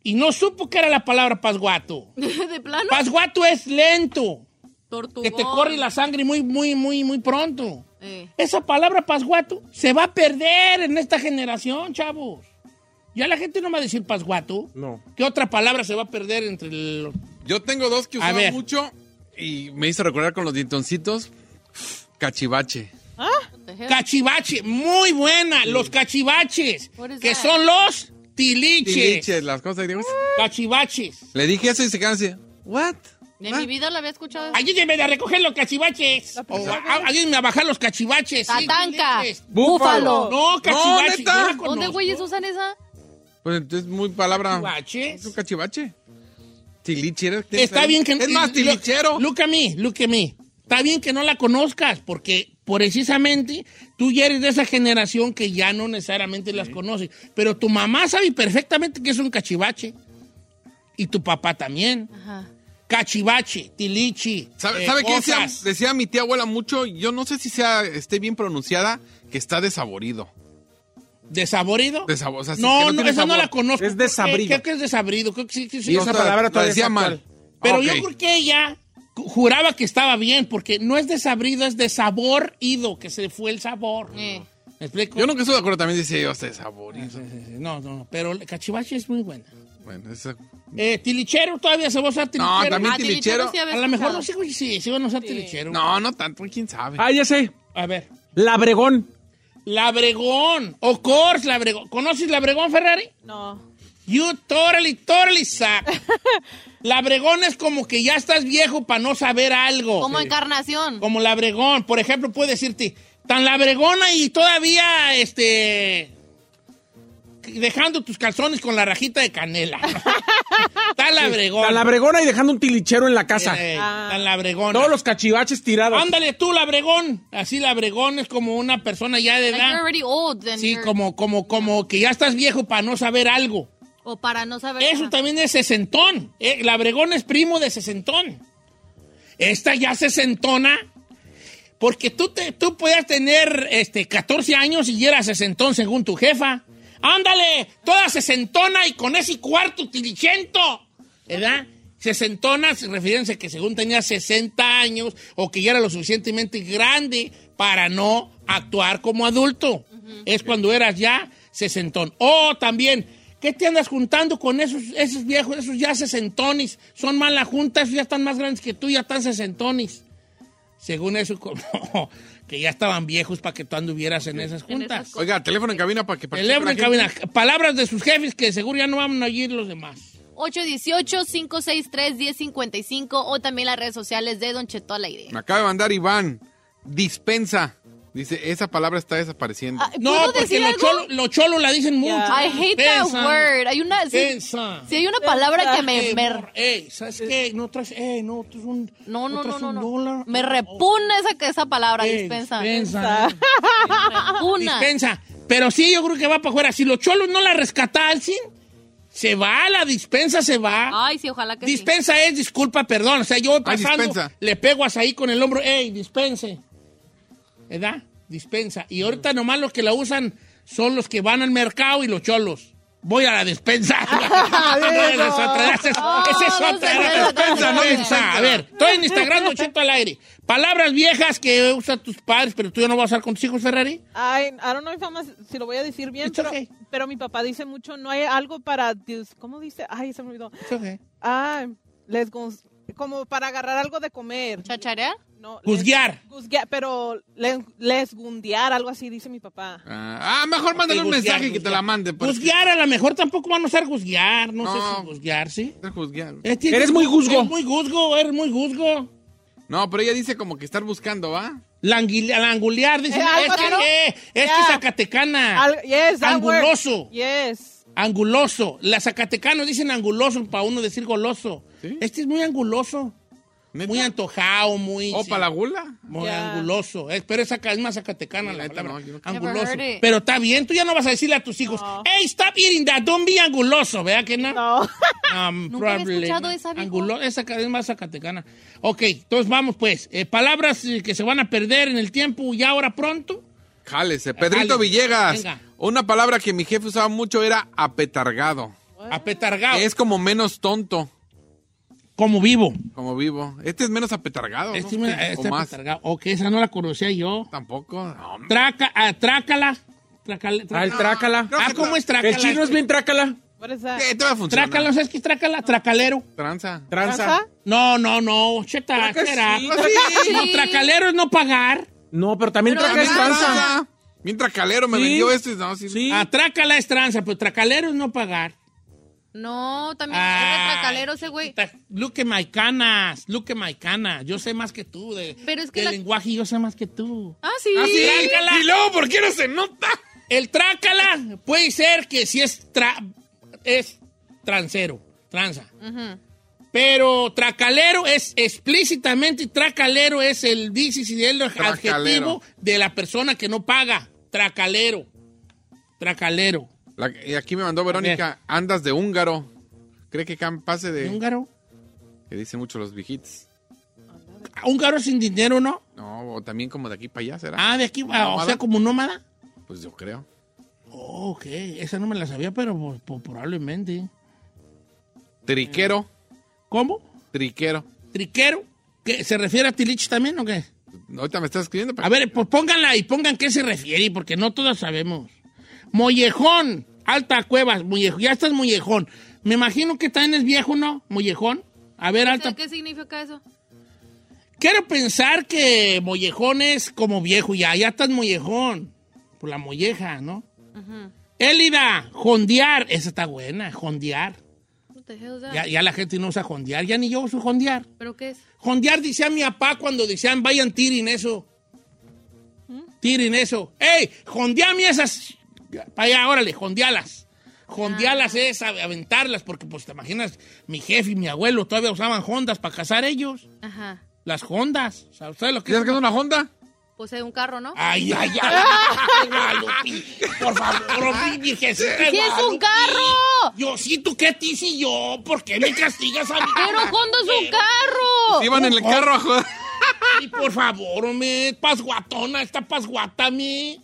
Speaker 1: Y no supo que era la palabra pasguato.
Speaker 3: ¿De plano?
Speaker 1: Pasguato es lento,
Speaker 3: Tortugón.
Speaker 1: que te corre la sangre muy, muy, muy, muy pronto.
Speaker 3: Eh.
Speaker 1: Esa palabra pasguato se va a perder en esta generación, chavos. Ya la gente no va a decir pasguato.
Speaker 4: No.
Speaker 1: ¿Qué otra palabra se va a perder entre los...
Speaker 2: Yo tengo dos que
Speaker 1: A
Speaker 2: usaba
Speaker 1: ver.
Speaker 2: mucho y me hizo recordar con los dientoncitos. Cachivache.
Speaker 1: Cachivache, muy buena. Los cachivaches,
Speaker 3: What is
Speaker 1: que
Speaker 3: that?
Speaker 1: son los tiliches.
Speaker 2: Tiliches, las cosas griegas.
Speaker 1: Cachivaches.
Speaker 2: Le dije eso y se quedaron así. ¿What?
Speaker 3: De
Speaker 1: Ah.
Speaker 3: mi vida lo había escuchado.
Speaker 1: Ayúdenme a recoger los cachivaches. O a- ayúdenme a bajar los cachivaches. Sí,
Speaker 3: Tatanca.
Speaker 1: tiliches.
Speaker 3: Búfalo.
Speaker 1: No, cachivache.
Speaker 2: No, neta.
Speaker 1: yo la
Speaker 3: ¿Dónde
Speaker 1: conozco.
Speaker 3: güeyes usan esa?
Speaker 2: Pues es muy palabra.
Speaker 1: Cachivaches.
Speaker 2: Es un cachivache. Tiliche. era-
Speaker 1: Está bien que
Speaker 2: Es más, tilichero.
Speaker 1: Look a mí, look a mí. Está bien que no la conozcas, porque precisamente tú ya eres de esa generación que ya no necesariamente las conoces. Pero tu mamá sabe perfectamente que es un cachivache. Y tu papá también.
Speaker 3: Ajá.
Speaker 1: Cachivache, tilichi.
Speaker 2: ¿Sabe,
Speaker 1: eh,
Speaker 2: sabe qué decía,
Speaker 1: cosas.
Speaker 2: decía mi tía abuela mucho? Yo no sé si sea esté bien pronunciada, que está desaborido.
Speaker 1: ¿Desaborido?
Speaker 2: Desabo- o sea, sí, que
Speaker 1: no,
Speaker 2: no
Speaker 1: no,
Speaker 2: tiene
Speaker 1: esa no
Speaker 2: sabor.
Speaker 1: la conozco.
Speaker 4: Es desabrido.
Speaker 1: Eh, Creo que es desabrido. Creo que sí, sí, sí.
Speaker 4: Y esa
Speaker 2: No,
Speaker 4: palabra
Speaker 2: la
Speaker 4: todavía
Speaker 2: decía
Speaker 4: está
Speaker 2: mal.
Speaker 4: actual.
Speaker 1: Pero
Speaker 2: Ah, Ok.
Speaker 1: yo porque ella ju- juraba que estaba bien, porque no es desabrido, es desaborido, que se fue el sabor.
Speaker 3: Eh.
Speaker 1: ¿Me explico?
Speaker 2: Yo nunca estoy de acuerdo, también decía yo, está desaborido.
Speaker 1: No, no, no, pero el cachivache es muy buena.
Speaker 2: Bueno, esa-
Speaker 1: Eh, tilichero, todavía se va a usar tilichero.
Speaker 2: No, también
Speaker 3: Ah,
Speaker 2: tilichero.
Speaker 3: tilichero sí había
Speaker 1: A lo mejor
Speaker 3: escuchado.
Speaker 1: los hijos sí, sí van a usar tilichero.
Speaker 2: No, no tanto, quién sabe.
Speaker 4: Ah, ya sé.
Speaker 1: A ver.
Speaker 4: Labregón.
Speaker 1: Labregón. O Cors, Labregón. ¿Conoces Labregón, Ferrari?
Speaker 7: No.
Speaker 1: You totally, totally suck. Labregón es como que ya estás viejo para no saber algo.
Speaker 3: Como encarnación.
Speaker 1: Como labregón, por ejemplo, puede decirte, tan labregona y todavía, este, dejando tus calzones con la rajita de
Speaker 3: [LAUGHS]
Speaker 1: canela. tan labregón.
Speaker 4: La labregona y dejando un tilichero en la casa.
Speaker 1: Eh,
Speaker 3: Ah.
Speaker 1: Tan labregona.
Speaker 4: Todos los cachivaches tirados.
Speaker 1: Ándale tú, labregón. Así labregón es como una persona ya de
Speaker 3: Like you're
Speaker 1: edad.
Speaker 3: already old. then
Speaker 1: Sí,
Speaker 3: you're-
Speaker 1: como, como, como que ya estás viejo para no saber algo.
Speaker 3: O para Pues no saber.
Speaker 1: Eso
Speaker 3: Ajá.
Speaker 1: también es sesentón. Eh, Labregón es primo de sesentón. Esta ya sesentona. Porque tú, te, tú podías tener este, 14 años y ya eras sesentón según tu jefa. Ándale, toda sesentona y con ese cuarto tilichento. ¿Verdad? Sesentona, se- refiriéndose que según tenía 60 años o que ya era lo suficientemente grande para no actuar como adulto. Es cuando eras ya sesentón. O también, ¿qué te andas juntando con esos, esos viejos, esos ya sesentones? Son mala junta, esos ya están más grandes que tú, ya están sesentones. Según eso, [LAUGHS] como que ya estaban viejos para que tú anduvieras en esas
Speaker 3: En esas
Speaker 1: juntas.
Speaker 3: cosas.
Speaker 2: Oiga, teléfono en cabina para que participe
Speaker 1: Teléfono en
Speaker 2: la gente.
Speaker 1: cabina. Palabras de sus jefes que seguro ya no van a oír los demás.
Speaker 3: 818-563-1055 o también las redes sociales de Don Cheto al aire.
Speaker 2: Me acaba de mandar Iván. Dispensa. Dice, esa palabra está desapareciendo.
Speaker 1: No,
Speaker 3: ¿Puedo
Speaker 1: porque
Speaker 3: decir
Speaker 1: los
Speaker 3: algo?
Speaker 1: cholos lo cholo la dicen mucho.
Speaker 3: I hate
Speaker 1: Tensa.
Speaker 3: that word. Hay una, si,
Speaker 1: Tensa.
Speaker 3: si hay una palabra que me,
Speaker 1: Eh,
Speaker 3: me-
Speaker 1: amor, Ey, ¿sabes qué? No traes, ey, no, tú es un,
Speaker 3: no, no,
Speaker 1: traes
Speaker 3: no, no,
Speaker 1: un
Speaker 3: no.
Speaker 1: dólar.
Speaker 3: me repugna esa, que- esa palabra,
Speaker 1: Eh,
Speaker 3: dispensa.
Speaker 1: dispensa.
Speaker 3: Me repugna.
Speaker 1: Dispensa. Pero sí, yo creo que va para afuera. Si los cholos no la rescatasen, se va, la dispensa se va.
Speaker 3: Ay, sí, ojalá que sí.
Speaker 1: dispensa es, disculpa, perdón. O sea, yo voy
Speaker 2: Ay,
Speaker 1: pasando,
Speaker 2: dispensa.
Speaker 1: le pego hasta ahí con el hombro. Ey, dispense. ¿Verdad? Dispensa. Y ahorita nomás los que la usan son los que van al mercado y los cholos. Voy a la
Speaker 3: [LAUGHS]
Speaker 1: despensa. Esa es otra, esa es- esa es
Speaker 3: Ah, No, no
Speaker 1: otra,
Speaker 3: se
Speaker 1: era
Speaker 3: puede, no se
Speaker 1: despensa, no
Speaker 3: puede.
Speaker 1: despensa. A ver, estoy en Instagram, Don Cheto al aire. Palabras viejas que usan tus padres, pero tú ya no vas a usar con tus hijos, Ferrari.
Speaker 7: Ay, I don't know if I'm a- si lo voy a decir bien,
Speaker 1: It's
Speaker 7: pero,
Speaker 1: okay.
Speaker 7: pero mi papá dice mucho, no hay algo para, dis- ¿cómo dice? Ay, se me olvidó. Ah, les gus- como para agarrar algo de comer.
Speaker 3: ¿Chacharea?
Speaker 7: No, les-
Speaker 1: Juzgar.
Speaker 7: guzguear, pero les, les gundear, algo así dice mi papá.
Speaker 2: Ah, ah, mejor mándale un
Speaker 1: juzguear,
Speaker 2: mensaje que te
Speaker 1: juzguear.
Speaker 2: la mande. para
Speaker 1: Juzguear, a lo mejor tampoco van a usar juzgar. No, sé
Speaker 2: No.
Speaker 1: si juzgar, ¿sí?
Speaker 2: que- juzguear.
Speaker 1: Eh, tienes-
Speaker 4: Eres muy juzgo.
Speaker 1: Eres muy juzgo, eres muy juzgo.
Speaker 2: No, pero ella dice como que estar buscando, ¿va?
Speaker 1: Languile- Langulear, dicen.
Speaker 7: Eh, algo
Speaker 1: es que,
Speaker 7: así, ¿no?
Speaker 1: eh, es que
Speaker 7: Ya.
Speaker 1: Zacatecana.
Speaker 7: Al- yes, that word.
Speaker 1: Anguloso.
Speaker 7: Yes.
Speaker 1: Anguloso. Las zacatecanos dicen anguloso para uno decir goloso.
Speaker 2: ¿Sí?
Speaker 1: Este es muy anguloso.
Speaker 2: ¿Neta?
Speaker 1: Muy antojado, muy.
Speaker 2: ¿O
Speaker 1: sí,
Speaker 2: para la gula?
Speaker 1: Muy
Speaker 7: Ya.
Speaker 1: anguloso. Es, pero es, saca- es más zacatecana la
Speaker 2: Neta,
Speaker 1: palabra.
Speaker 2: no, yo no-
Speaker 1: anguloso.
Speaker 3: Never heard it.
Speaker 1: Pero está bien, tú ya no vas a decirle a tus hijos, hey, stop eating that, don't be anguloso. ¿Verdad que no?
Speaker 7: No.
Speaker 1: [LAUGHS] Um,
Speaker 3: Nunca había
Speaker 1: probably
Speaker 3: escuchado
Speaker 1: not.
Speaker 3: esa, viejo.
Speaker 1: Angulo- esa ca- es más zacatecana. Ok, entonces vamos pues. Eh, palabras eh, que se van a perder en el tiempo y ahora pronto.
Speaker 2: Jálese. Pedrito
Speaker 1: Jálese.
Speaker 2: Villegas.
Speaker 1: Venga.
Speaker 2: Una palabra que mi jefe usaba mucho era apetargado.
Speaker 1: Apetargado.
Speaker 2: Es como menos tonto,
Speaker 1: como vivo.
Speaker 2: como vivo. Este es menos apetargado.
Speaker 1: Este,
Speaker 2: ¿no?
Speaker 1: me-
Speaker 2: ¿Qué?
Speaker 1: este
Speaker 2: o más.
Speaker 1: apetargado. Ok, esa no la conocía yo.
Speaker 2: Tampoco. No, hombre.
Speaker 1: Traca, ah, trácala. Trácala.
Speaker 4: Al
Speaker 1: trácala.
Speaker 4: trácala.
Speaker 1: Ah, ¿cómo es trácala?
Speaker 4: El chino es bien trácala.
Speaker 7: What is that?
Speaker 2: ¿Qué Eh, te va a funcionar?
Speaker 1: Trácala, ¿sabes qué es trácala? Tracalero.
Speaker 2: Tranza.
Speaker 4: Tranza.
Speaker 7: ¿Tranza?
Speaker 1: No, no, no. Cheta,
Speaker 4: Traca
Speaker 1: será.
Speaker 4: sí.
Speaker 1: [LAUGHS] No, tracalero es no pagar.
Speaker 4: No, pero también
Speaker 3: Pero
Speaker 4: traca es
Speaker 3: agarra.
Speaker 4: tranza.
Speaker 2: Tranza. Mientras calero me
Speaker 4: Sí.
Speaker 2: vendió este. No, sí.
Speaker 4: Sí.
Speaker 1: Atrácala Ah, es tranza, pero tracalero es no pagar.
Speaker 3: No, también
Speaker 1: Ah,
Speaker 3: es retracalero ese güey.
Speaker 1: Ta- Look at my canas, look at my canas. Yo sé más que tú de,
Speaker 3: Pero es que
Speaker 1: de
Speaker 3: la-
Speaker 1: lenguaje, yo sé más que tú.
Speaker 3: Ah, sí.
Speaker 2: Ah, sí.
Speaker 1: Trácala.
Speaker 2: Y luego, ¿por qué no se nota?
Speaker 1: El trácala puede ser que si es tra- es transero, tranza. Pero tracalero es explícitamente, tracalero es el dicis y el
Speaker 2: Tracalero.
Speaker 1: adjetivo de la persona que no paga. Tracalero. Tracalero.
Speaker 2: La- y aquí me mandó Verónica, andas de húngaro. ¿Cree que Cam pase de...?
Speaker 1: ¿Húngaro?
Speaker 2: Que dicen mucho los viejitos.
Speaker 1: ¿Húngaro sin dinero, no?
Speaker 2: No, o también como de aquí para allá, ¿será?
Speaker 1: Ah, de aquí, ah, o
Speaker 2: Nómada.
Speaker 1: sea, como nómada.
Speaker 2: Pues yo creo.
Speaker 1: Oh, ok, esa no me la sabía, pero pues, pues, probablemente.
Speaker 2: Triquero,
Speaker 1: ¿Cómo?
Speaker 2: triquero.
Speaker 1: ¿Triquero? ¿Qué, ¿Se refiere a Tilich también o qué?
Speaker 2: Ahorita me estás escribiendo. pero-
Speaker 1: A ver, pues pónganla y pongan qué se refiere, porque no todas sabemos. Mollejón, alta cuevas, mollejo, ya estás mollejón. Me imagino que también es viejo, ¿no? Mollejón. A ver,
Speaker 3: O sea,
Speaker 1: alta.
Speaker 3: ¿Qué significa eso?
Speaker 1: Quiero pensar que mollejón es como viejo ya, ya estás mollejón. Por la molleja, ¿no? Élida, jondear, esa está buena, jondear.
Speaker 3: What the hell is that?
Speaker 1: Ya, ya la gente no usa jondear, ya ni yo uso jondear.
Speaker 3: ¿Pero qué es?
Speaker 1: Jondear decía mi papá cuando decían, vayan, tiren eso. Tiren eso. ¡Ey! Jondeame esas. Para allá, órale, jondealas.
Speaker 3: Ah.
Speaker 1: Jondealas es av- aventarlas, porque pues te imaginas, mi jefe y mi abuelo todavía usaban hondas para cazar ellos.
Speaker 3: Ajá.
Speaker 1: Las hondas. ¿Sabes sabes lo que
Speaker 2: ¿Crees que es una Honda?
Speaker 3: Pues es un carro, ¿no?
Speaker 1: Ay,
Speaker 3: [LAUGHS]
Speaker 1: ay, ay. Guadalupe, Por favor, mi virgencita de
Speaker 3: ¡Sí es un
Speaker 1: Guadalupe.
Speaker 3: carro!
Speaker 1: Yo sí, tú qué te hice yo. ¿Por qué me castigas a mí?
Speaker 3: ¡Pero Honda es un carro!
Speaker 2: Iban
Speaker 1: Oh,
Speaker 2: en el carro a joder.
Speaker 1: Y por favor, hombre, pasguatona, esta pasguata, mi.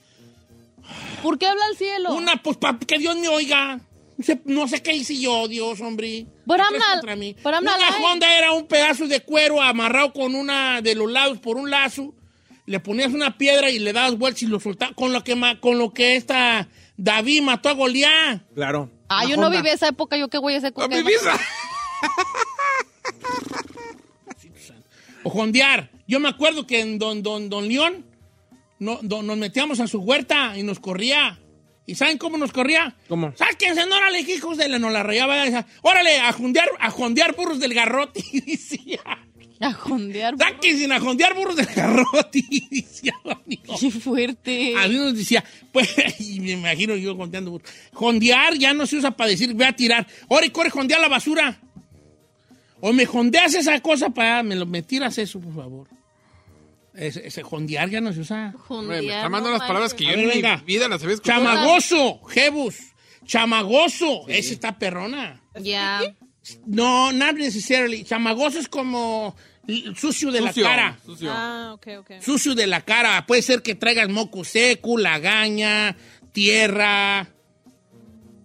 Speaker 3: ¿Por qué habla al cielo?
Speaker 1: Una, pues, pa- que Dios me oiga. Se- No sé qué hice yo, Dios, hombre.
Speaker 3: But
Speaker 1: ¿Qué
Speaker 3: I'm
Speaker 1: traes
Speaker 3: not-
Speaker 1: contra mí?
Speaker 3: but I'm
Speaker 1: una
Speaker 3: not lying.
Speaker 1: Honda era un pedazo de cuero amarrado con una de los lados por un lazo. Le ponías una piedra y le dabas vueltas y lo soltabas. Con lo que, ma- con lo que esta David mató a Goliat.
Speaker 4: Claro.
Speaker 3: Ah, yo no viví esa época, yo qué güey ese
Speaker 2: ¡A
Speaker 3: cuca.
Speaker 2: mi
Speaker 3: [LAUGHS]
Speaker 2: visa!
Speaker 1: O jondear. Yo me acuerdo que en Don, don, don León no- don- nos metíamos a su huerta y nos corría. ¿Y saben cómo nos corría?
Speaker 4: ¿Cómo?
Speaker 1: ¡Sáquense, no, órale, [LAUGHS] hijos de la... Nos la rayaba. esa. ¡Órale, a jondear, a jondear burros del garrote! Y decía... Ajondear burros. sin ajondear burros de garrote. [LAUGHS] Decía, Qué fuerte. A mí nos decía, [LAUGHS] pues, y me imagino yo jondeando burros. Jondear ya no se usa para decir, voy a tirar. Ahora y corre, jondea la basura. O me jondeas esa cosa para, me, lo, me tiras eso, por favor. Ese, ese jondear ya no se usa.
Speaker 2: Hombre, me está mandando las palabras que yo en mi vida las había escuchado.
Speaker 1: Chamagoso, Jebus. Chamagoso. Esa está perrona.
Speaker 3: Ya.
Speaker 1: No, not necessarily. Chamagoso es como l- sucio de
Speaker 3: Sucio,
Speaker 1: la cara.
Speaker 3: sucio.
Speaker 7: Ah, ok, ok.
Speaker 1: Sucio de la cara. Puede ser que traigas moco seco, lagaña, tierra.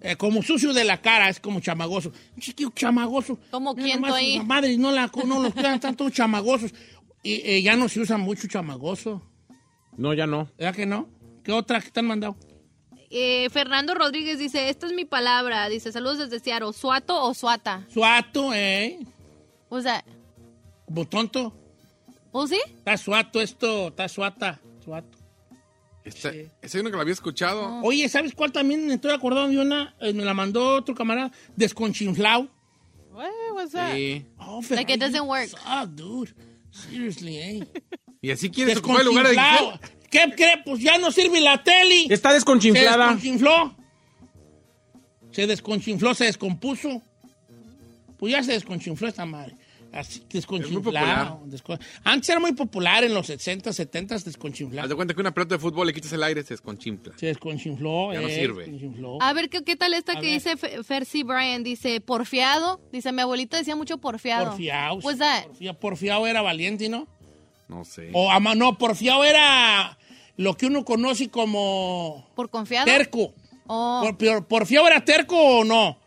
Speaker 1: Eh, como sucio de la cara, es como chamagoso. Chiquillo chamagoso.
Speaker 3: Como
Speaker 1: Mira
Speaker 3: quién
Speaker 1: nomás,
Speaker 3: ahí.
Speaker 1: la Madre, no, la, no los cuidan tanto chamagosos. Y eh, ya no se usa mucho chamagoso.
Speaker 4: No, ya no.
Speaker 1: ¿Verdad que no? ¿Qué otra que te han mandado?
Speaker 3: Eh, Fernando Rodríguez dice, esta es mi palabra. Dice, saludos desde Seattle. ¿Suato o suata?
Speaker 1: Suato, ¿eh?
Speaker 3: O sea,
Speaker 1: Como tonto.
Speaker 3: ¿o sí?
Speaker 1: Está suato esto, está suata. Suato.
Speaker 2: Esta- Esa yo nunca la había escuchado.
Speaker 1: Oye, ¿sabes cuál también me estoy acordando de una? Eh, me la mandó otro camarada, desconchinflao.
Speaker 7: What was that?
Speaker 1: Oh,
Speaker 3: Like it doesn't work.
Speaker 1: Ah, dude. Seriously, eh.
Speaker 2: Y así quieres ocupar el lugar de
Speaker 1: Desconchinflao. ¿Qué crees? Pues ya no sirve la tele.
Speaker 4: Está desconchinflada.
Speaker 1: Se desconchinfló. Se desconchinfló, se descompuso. Pues ya se desconchinfló esta madre. Así, desconchinflado. desco- Antes era muy popular en los 60, 70, desconchinflado.
Speaker 2: Haz de cuenta que una pelota de fútbol le quitas el aire, se desconchimpla.
Speaker 1: Se desconchinfló.
Speaker 2: Ya no
Speaker 1: eh,
Speaker 2: sirve.
Speaker 1: desconchinfló.
Speaker 3: A ver, ¿qué, qué tal esta
Speaker 1: A
Speaker 3: que
Speaker 1: ver.
Speaker 3: dice Fe- Fercy Bryan? Dice, porfiado. Dice, mi abuelita decía mucho porfiado.
Speaker 1: Porfiado.
Speaker 3: Pues
Speaker 1: sí, porfia- Porfiado era valiente, ¿no?
Speaker 2: No sé.
Speaker 1: O ama- no, porfiado era lo que uno conoce como
Speaker 3: ¿Por confiado? Oh,
Speaker 1: terco. Por- por- ¿Porfiado era terco o no?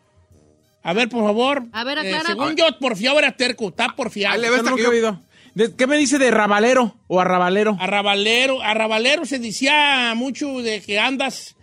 Speaker 1: A ver, por favor. Eh,
Speaker 3: A ver, aclara.
Speaker 1: según yo, porfiado era terco. Está porfiado.
Speaker 4: Yo nunca he oído. ¿De- ¿Qué me dice de rabalero o arrabalero?
Speaker 1: Arrabalero. Arrabalero se decía mucho de que andas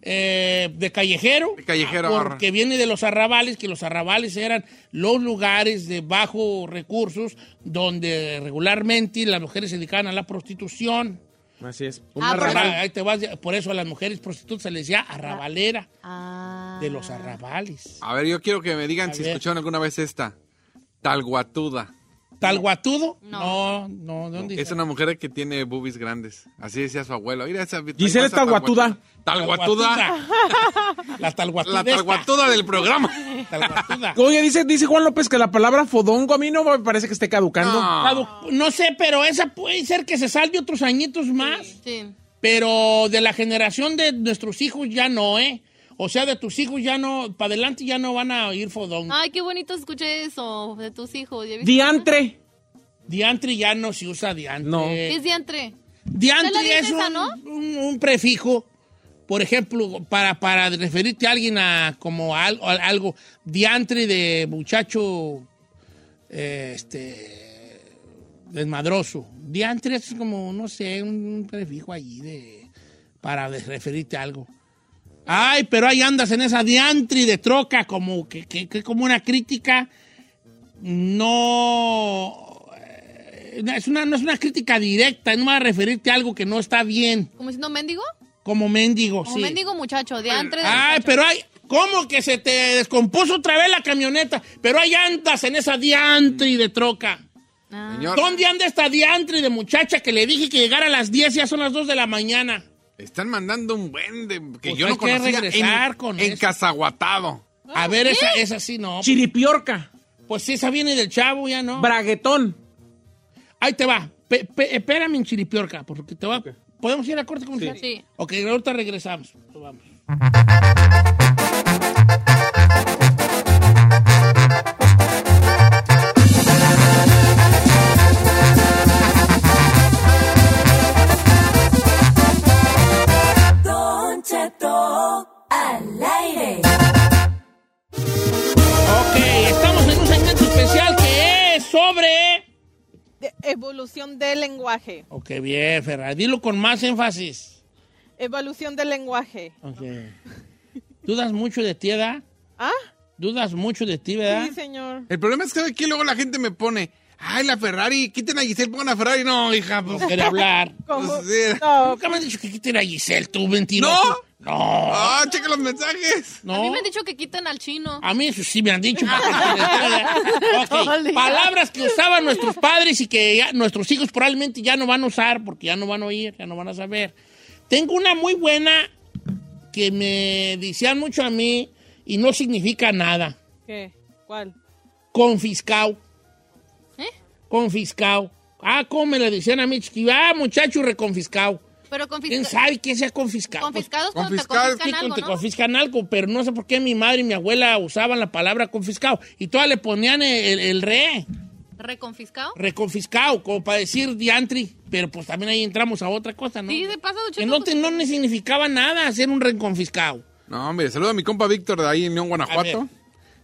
Speaker 1: eh, de callejero. De
Speaker 2: callejero,
Speaker 1: Porque viene de los arrabales, que los arrabales eran los lugares de bajo recursos donde regularmente las mujeres se dedicaban a la prostitución.
Speaker 4: Así
Speaker 7: Ah,
Speaker 4: es.
Speaker 1: Un
Speaker 3: Ah,
Speaker 1: arrabal. Ahí te vas. Por eso a las mujeres prostitutas se les decía arrabalera.
Speaker 3: ah.
Speaker 1: De los arrabales.
Speaker 2: A ver, yo quiero que me digan
Speaker 1: A
Speaker 2: si
Speaker 1: ver.
Speaker 2: escucharon alguna vez esta. Talguatuda.
Speaker 1: ¿Talguatudo? No, no, ¿de dónde
Speaker 2: Es
Speaker 1: dice?
Speaker 2: una mujer que tiene boobies grandes. Así decía su abuelo. Mira esa.
Speaker 4: Giselle
Speaker 2: esa
Speaker 4: Talguatuda.
Speaker 2: Talguatuda.
Speaker 1: La talguatuda.
Speaker 2: La talguatuda
Speaker 1: [LAUGHS]
Speaker 2: del programa.
Speaker 4: [LAUGHS] Oye, dice, dice Juan López que la palabra fodongo a mí no me parece que esté caducando.
Speaker 1: Cadu- No sé, pero esa puede ser que se salve otros añitos más.
Speaker 3: Sí.
Speaker 1: Pero de la generación de nuestros hijos ya no, ¿eh? O sea, de tus hijos ya no, para adelante ya no van a oír fodón.
Speaker 3: Ay, qué bonito escuché eso de tus hijos. ¿Ya viste?
Speaker 4: Diantre.
Speaker 1: Diantre ya no se usa diantre.
Speaker 3: ¿Qué es diantre? ¿Usted la
Speaker 1: Diantre
Speaker 3: dice
Speaker 1: es
Speaker 3: esa,
Speaker 1: un,
Speaker 3: no?
Speaker 1: un- un prefijo. Por ejemplo, para, para referirte a alguien a como al- a algo diantre de muchacho eh, este desmadroso. Diantre es como, no sé, un prefijo allí de para de- referirte a algo. Ay, pero ahí andas en esa diantre de troca, como que, que- que como una crítica. No. eh, Es una, no es una crítica directa, no va a referirte a algo que no está bien,
Speaker 3: ¿Como diciendo mendigo?
Speaker 1: como mendigo,
Speaker 3: Como
Speaker 1: Oh, sí. Ah,
Speaker 3: mendigo muchacho, diantre.
Speaker 1: Ay, pero hay. ¿Cómo que se te descompuso otra vez la camioneta? Pero ahí andas en esa diantre de troca.
Speaker 2: Señor,
Speaker 1: Ah. ¿Dónde anda esta diantre de muchacha que le dije que llegara a las 10 y ya son las 2 de la mañana?
Speaker 2: están mandando un buen de. Que
Speaker 1: Pues
Speaker 2: yo
Speaker 1: hay
Speaker 2: no
Speaker 1: que
Speaker 2: conocía.
Speaker 1: regresar
Speaker 2: en,
Speaker 1: con
Speaker 2: En
Speaker 1: eso.
Speaker 2: Cazaguatado.
Speaker 1: A ver, esa, esa sí no.
Speaker 4: Chiripiorca.
Speaker 1: Pues sí, esa viene del chavo, ya no.
Speaker 4: Braguetón.
Speaker 1: Ahí te va. Pe- pe- espérame en Chiripiorca, porque te va. ¿Podemos ir a corte comercial?
Speaker 3: Sí. Sí.
Speaker 1: Ok, ahorita regresamos. Vamos.
Speaker 8: Don Cheto al aire.
Speaker 1: Ok, estamos en un segmento especial que es sobre.
Speaker 7: De- evolución del lenguaje.
Speaker 1: Ok, bien, Ferrari. Dilo con más énfasis.
Speaker 7: Evolución del lenguaje.
Speaker 1: Ok. ¿Dudas mucho de ti, edad?
Speaker 7: ¿Ah?
Speaker 1: ¿Dudas mucho de ti, verdad?
Speaker 7: Sí, señor.
Speaker 2: El problema es que aquí luego la gente me pone. Ay, la Ferrari. Quiten a Giselle, pongan a Ferrari. No, hija. Pues,
Speaker 1: No quiere hablar.
Speaker 7: ¿Cómo?
Speaker 2: Sí.
Speaker 7: No,
Speaker 1: Nunca me han dicho que quiten a Giselle, tú mentiroso.
Speaker 2: ¿No?
Speaker 1: No.
Speaker 2: Ah, checa los mensajes.
Speaker 3: A mí me han dicho que quitan al chino.
Speaker 1: A mí eso sí me han dicho. Ok, Palabras que usaban nuestros padres y que ya nuestros hijos probablemente ya no van a usar porque ya no van a oír, ya no van a saber. Tengo una muy buena que me decían mucho a mí y no significa nada.
Speaker 7: ¿Qué? ¿Cuál?
Speaker 1: Confiscado.
Speaker 3: ¿Eh?
Speaker 1: Confiscado. Ah, ¿cómo me le decían a mí? chiquillo? Ah, muchacho, reconfiscado.
Speaker 3: Pero
Speaker 1: ¿Quién
Speaker 3: confiscados.
Speaker 1: sabe qué sea confiscado? Pues,
Speaker 3: Confiscados cuando te confiscan
Speaker 1: sí, cuando
Speaker 3: algo,
Speaker 1: te
Speaker 3: ¿no?
Speaker 1: confiscan algo, pero no sé por qué mi madre y mi abuela usaban la palabra confiscado. Y todas le ponían el, el- el re,
Speaker 3: ¿Reconfiscado?
Speaker 1: reconfiscado, como para decir diantri. Pero pues también ahí entramos a otra cosa, ¿no?
Speaker 3: Sí, de paso,
Speaker 1: que
Speaker 3: Cheto,
Speaker 1: no,
Speaker 3: pues,
Speaker 1: te- no le significaba nada hacer un reconfiscado.
Speaker 2: No, mire, saludo a mi compa Víctor de ahí en León, Guanajuato.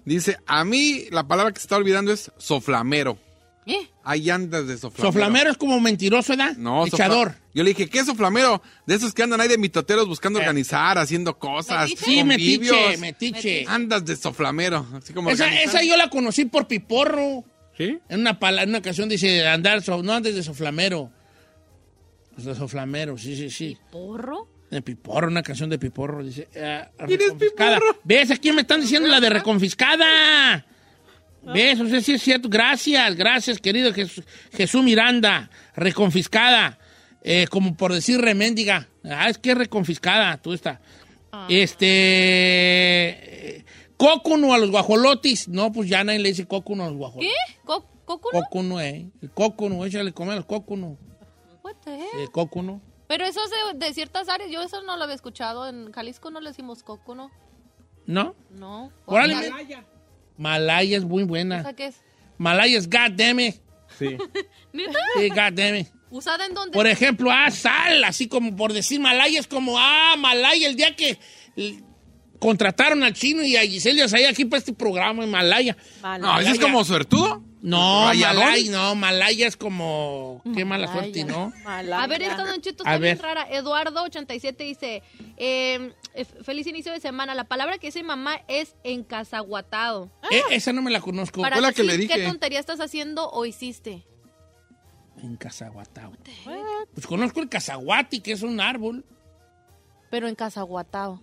Speaker 2: Dice, a mí la palabra que se está olvidando es soflamero.
Speaker 3: ¿Eh?
Speaker 2: Hay andas de soflamero.
Speaker 1: Soflamero es como mentiroso, ¿verdad?
Speaker 2: No, sofla-
Speaker 1: Echador.
Speaker 2: Yo le dije, ¿qué es soflamero? De esos que andan ahí de mitoteros buscando organizar, haciendo cosas.
Speaker 1: Eh. Sí,
Speaker 2: convivios.
Speaker 1: metiche, metiche. Ah,
Speaker 2: Andas de soflamero. Así como
Speaker 1: Esa,
Speaker 2: organizar.
Speaker 1: esa yo la conocí por Piporro.
Speaker 2: ¿Sí?
Speaker 1: En una, pala- en una canción dice andar, so- no andes de soflamero. De soflamero, sí, sí, sí.
Speaker 3: ¿Porro?
Speaker 1: De Piporro, una canción de Piporro, dice. ah,
Speaker 3: ¿Quién es ¿Ah?
Speaker 1: reconfiscada. ¿Ves? Aquí me están diciendo la de reconfiscada. ¿Ves? O sea, sí es cierto. Gracias, gracias, querido Jes- Jesús Miranda. Reconfiscada. Eh, como por decir reméndiga. Ah, es que es reconfiscada, tú está.
Speaker 3: Ah.
Speaker 1: Este. eh, Cócuno a los guajolotis. No, pues ya nadie le dice cócuno a los
Speaker 3: ¿Qué?
Speaker 1: guajolotis.
Speaker 3: ¿Co- ¿Cocuno?
Speaker 1: Cócuno, eh. El cócuno, échale comer al cócuno.
Speaker 3: What the hell?
Speaker 1: Eh, cócuno.
Speaker 3: Pero eso es de, de ciertas áreas. Yo eso no lo había escuchado. En Jalisco no le decimos cocuno.
Speaker 1: ¿No?
Speaker 3: No.
Speaker 1: Probablemente- Malaya es muy buena.
Speaker 3: ¿Esa qué es?
Speaker 1: Malaya es goddamn.
Speaker 4: Sí.
Speaker 3: ¿Neta?
Speaker 1: Sí, goddamn.
Speaker 3: [LAUGHS] ¿Usada en dónde?
Speaker 1: Por ejemplo, ah, sal, así como por decir Malaya, es como, ah, Malaya, el día que l- contrataron al chino y a Giselle ya salía aquí para este programa en Malaya.
Speaker 2: No, ¿eso es como suertudo?
Speaker 1: No,
Speaker 2: ¿Rayadón?
Speaker 1: Malaya, no, Malaya es como, qué mala suerte, ¿no?
Speaker 3: A ver, esta Don Cheto
Speaker 1: A
Speaker 3: está
Speaker 1: ver.
Speaker 3: bien rara. Eduardo87 dice, eh, f- feliz inicio de semana. La palabra que dice mamá es encazaguatado.
Speaker 1: Eh, esa no me la conozco.
Speaker 3: Para
Speaker 1: Fue la que
Speaker 3: decir
Speaker 1: le dije.
Speaker 3: qué tontería estás haciendo o hiciste.
Speaker 1: En Cazaguatao. Pues conozco el cazaguati, que es un árbol,
Speaker 3: Pero encazaguatado.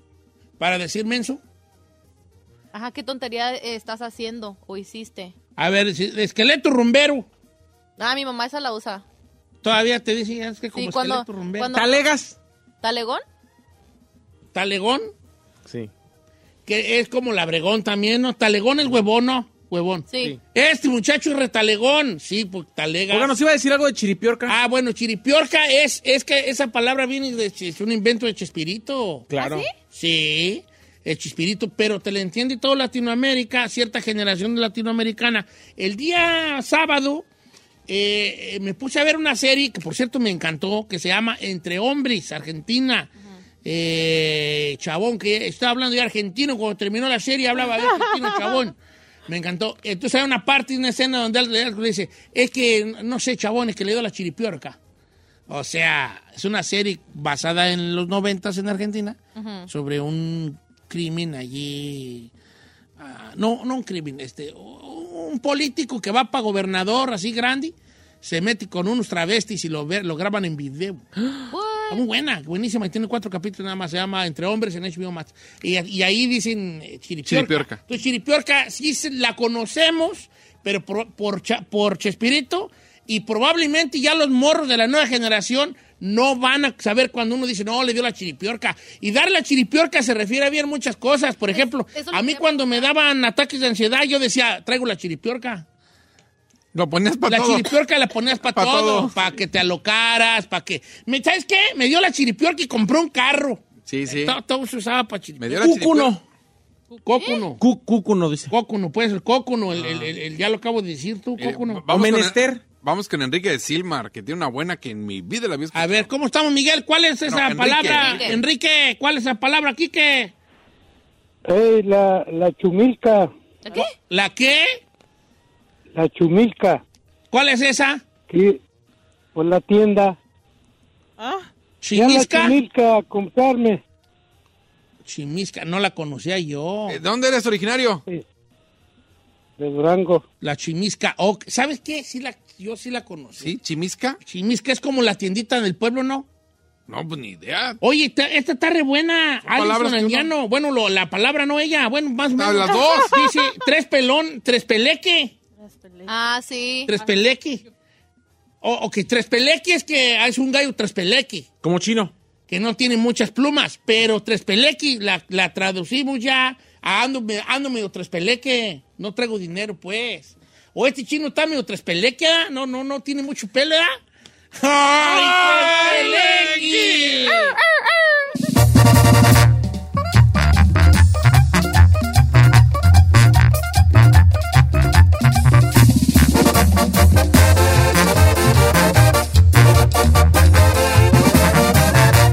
Speaker 1: para decir menso.
Speaker 3: Ajá, qué tontería eh, estás haciendo o hiciste.
Speaker 1: A ver, es- esqueleto rumbero.
Speaker 3: Ah, mi mamá esa la usa.
Speaker 1: Todavía te dicen, es que como
Speaker 3: Sí, cuando-
Speaker 1: esqueleto rumbero.
Speaker 3: cuando-
Speaker 4: ¿Talegas?
Speaker 3: ¿Talegón?
Speaker 1: ¿Talegón?
Speaker 4: Sí.
Speaker 1: Que es como labregón también, ¿no? Talegón es huevón, ¿no? Huevón.
Speaker 3: Sí.
Speaker 1: Este muchacho es retalegón. Sí, pues talega.
Speaker 4: Oiga, nos iba a decir algo de chiripiorca.
Speaker 1: Ah, bueno, chiripiorca es, es que esa palabra viene de Ch- es un invento de Chespirito.
Speaker 4: Claro. ¿Ah,
Speaker 1: sí? el Chespirito, pero te le entiende todo Latinoamérica, cierta generación latinoamericana. El día sábado eh, eh, me puse a ver una serie que, por cierto, me encantó, que se llama Entre Hombres, Argentina. Eh, Chabón, que estaba hablando de argentino, cuando terminó la serie hablaba de argentino, Chabón. Me encantó. Entonces hay una parte, una escena donde él- él le dice, es que, no sé, Chabón, es que le dio la chiripiorca. O sea, es una serie basada en los noventas en Argentina sobre un crimen allí. ah, no, no un crimen, este, un político que va para gobernador así grande, se mete con unos travestis y lo, ve- lo graban en video. Está muy buena, buenísima, y tiene cuatro capítulos nada más, se llama Entre Hombres en HBO Max. Y, y ahí dicen eh, Chiripiorca.
Speaker 2: Chiripiorca.
Speaker 1: Entonces, Chiripiorca sí se- la conocemos, pero por, por, Cha- por Chespirito, y probablemente ya los morros de la nueva generación no van a saber cuando uno dice, no, le dio la chiripiorca. Y dar la chiripiorca se refiere a bien muchas cosas. Por ejemplo,
Speaker 3: eso
Speaker 1: a
Speaker 3: lo
Speaker 1: mí
Speaker 3: que-
Speaker 1: cuando me daban ataques de ansiedad, yo decía, traigo la chiripiorca.
Speaker 2: Lo ponías
Speaker 1: la
Speaker 2: para todo.
Speaker 1: chiripiorca la ponías para
Speaker 2: Pa'
Speaker 1: todo,
Speaker 2: todo.
Speaker 1: para que te alocaras, para que... ¿Me- ¿Sabes qué? Me dio la chiripiorca y compré un carro.
Speaker 2: Sí, sí.
Speaker 1: Todo, todo se usaba para chiripiorca.
Speaker 2: Me dio la
Speaker 4: Cúcuno.
Speaker 1: Cócuno.
Speaker 4: Cu- Cúcuno, dice.
Speaker 1: Cócuno, pues el cócuno, el, el- el- el- ya lo acabo de decir tú, cócuno.
Speaker 4: O menester.
Speaker 2: Eh, Con, vamos con Enrique de Silmar, que tiene una buena que en mi vida la había escuchado.
Speaker 1: A ver, ¿cómo estamos, Miguel? ¿Cuál es esa
Speaker 2: Enrique.
Speaker 1: palabra? Enrique.
Speaker 2: Enrique.
Speaker 1: ¿cuál es esa palabra aquí que...
Speaker 10: Ey, la, la chumilca,
Speaker 3: ¿Qué?
Speaker 1: ¿La qué?
Speaker 10: la chumilca,
Speaker 1: ¿Cuál es esa?
Speaker 10: que por la tienda. Ya la
Speaker 1: ¿Chimisca?
Speaker 10: chumilca a comprarme.
Speaker 1: Chimisca, no la conocía yo.
Speaker 2: Eh, ¿De dónde eres originario?
Speaker 10: De Durango.
Speaker 1: La chimisca. Oh, ¿Sabes qué? Sí la, yo sí la conocí.
Speaker 2: ¿Sí? ¿Chimisca?
Speaker 1: Chimisca es como la tiendita del pueblo, ¿no?
Speaker 2: No, pues ni idea.
Speaker 1: Oye, esta, esta está re buena. Alison
Speaker 2: palabras que uno-
Speaker 1: Anguiano. Bueno, lo- la palabra no ella. Bueno, más o menos.
Speaker 2: las dos.
Speaker 1: Dice tres pelón, tres peleque.
Speaker 3: Ah, sí.
Speaker 1: Tres peleque. O- ok, tres peleque es que ah, es un gallo tres peleque.
Speaker 11: Como chino.
Speaker 1: que no tiene muchas plumas, pero Trespelequi la, la traducimos ya. a Ando, me- ando medio Trespeleque, no traigo dinero, pues. O este chino está medio Trespeleque, ¿ah? no, no, no tiene mucho pelo, ¿ah? ¡Ay, Trespelequi!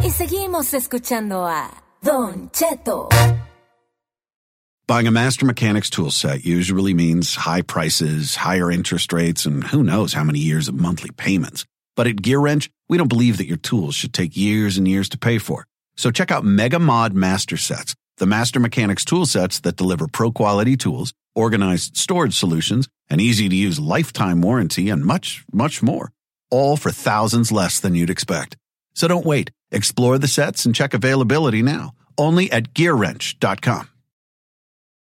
Speaker 12: Y seguimos escuchando a Don Cheto.
Speaker 4: Buying a master mechanics tool set usually means high prices, higher interest rates, and who knows how many years of monthly payments. But at Gear Wrench, we don't believe that your tools should take years and years to pay for. So check out Mega Mod Master Sets, the master mechanics tool sets that deliver pro quality tools, organized storage solutions, an easy to use lifetime warranty, and much, much more. All for thousands less than you'd expect. So don't wait. Explore the sets and check availability now. Only at gearwrench.com.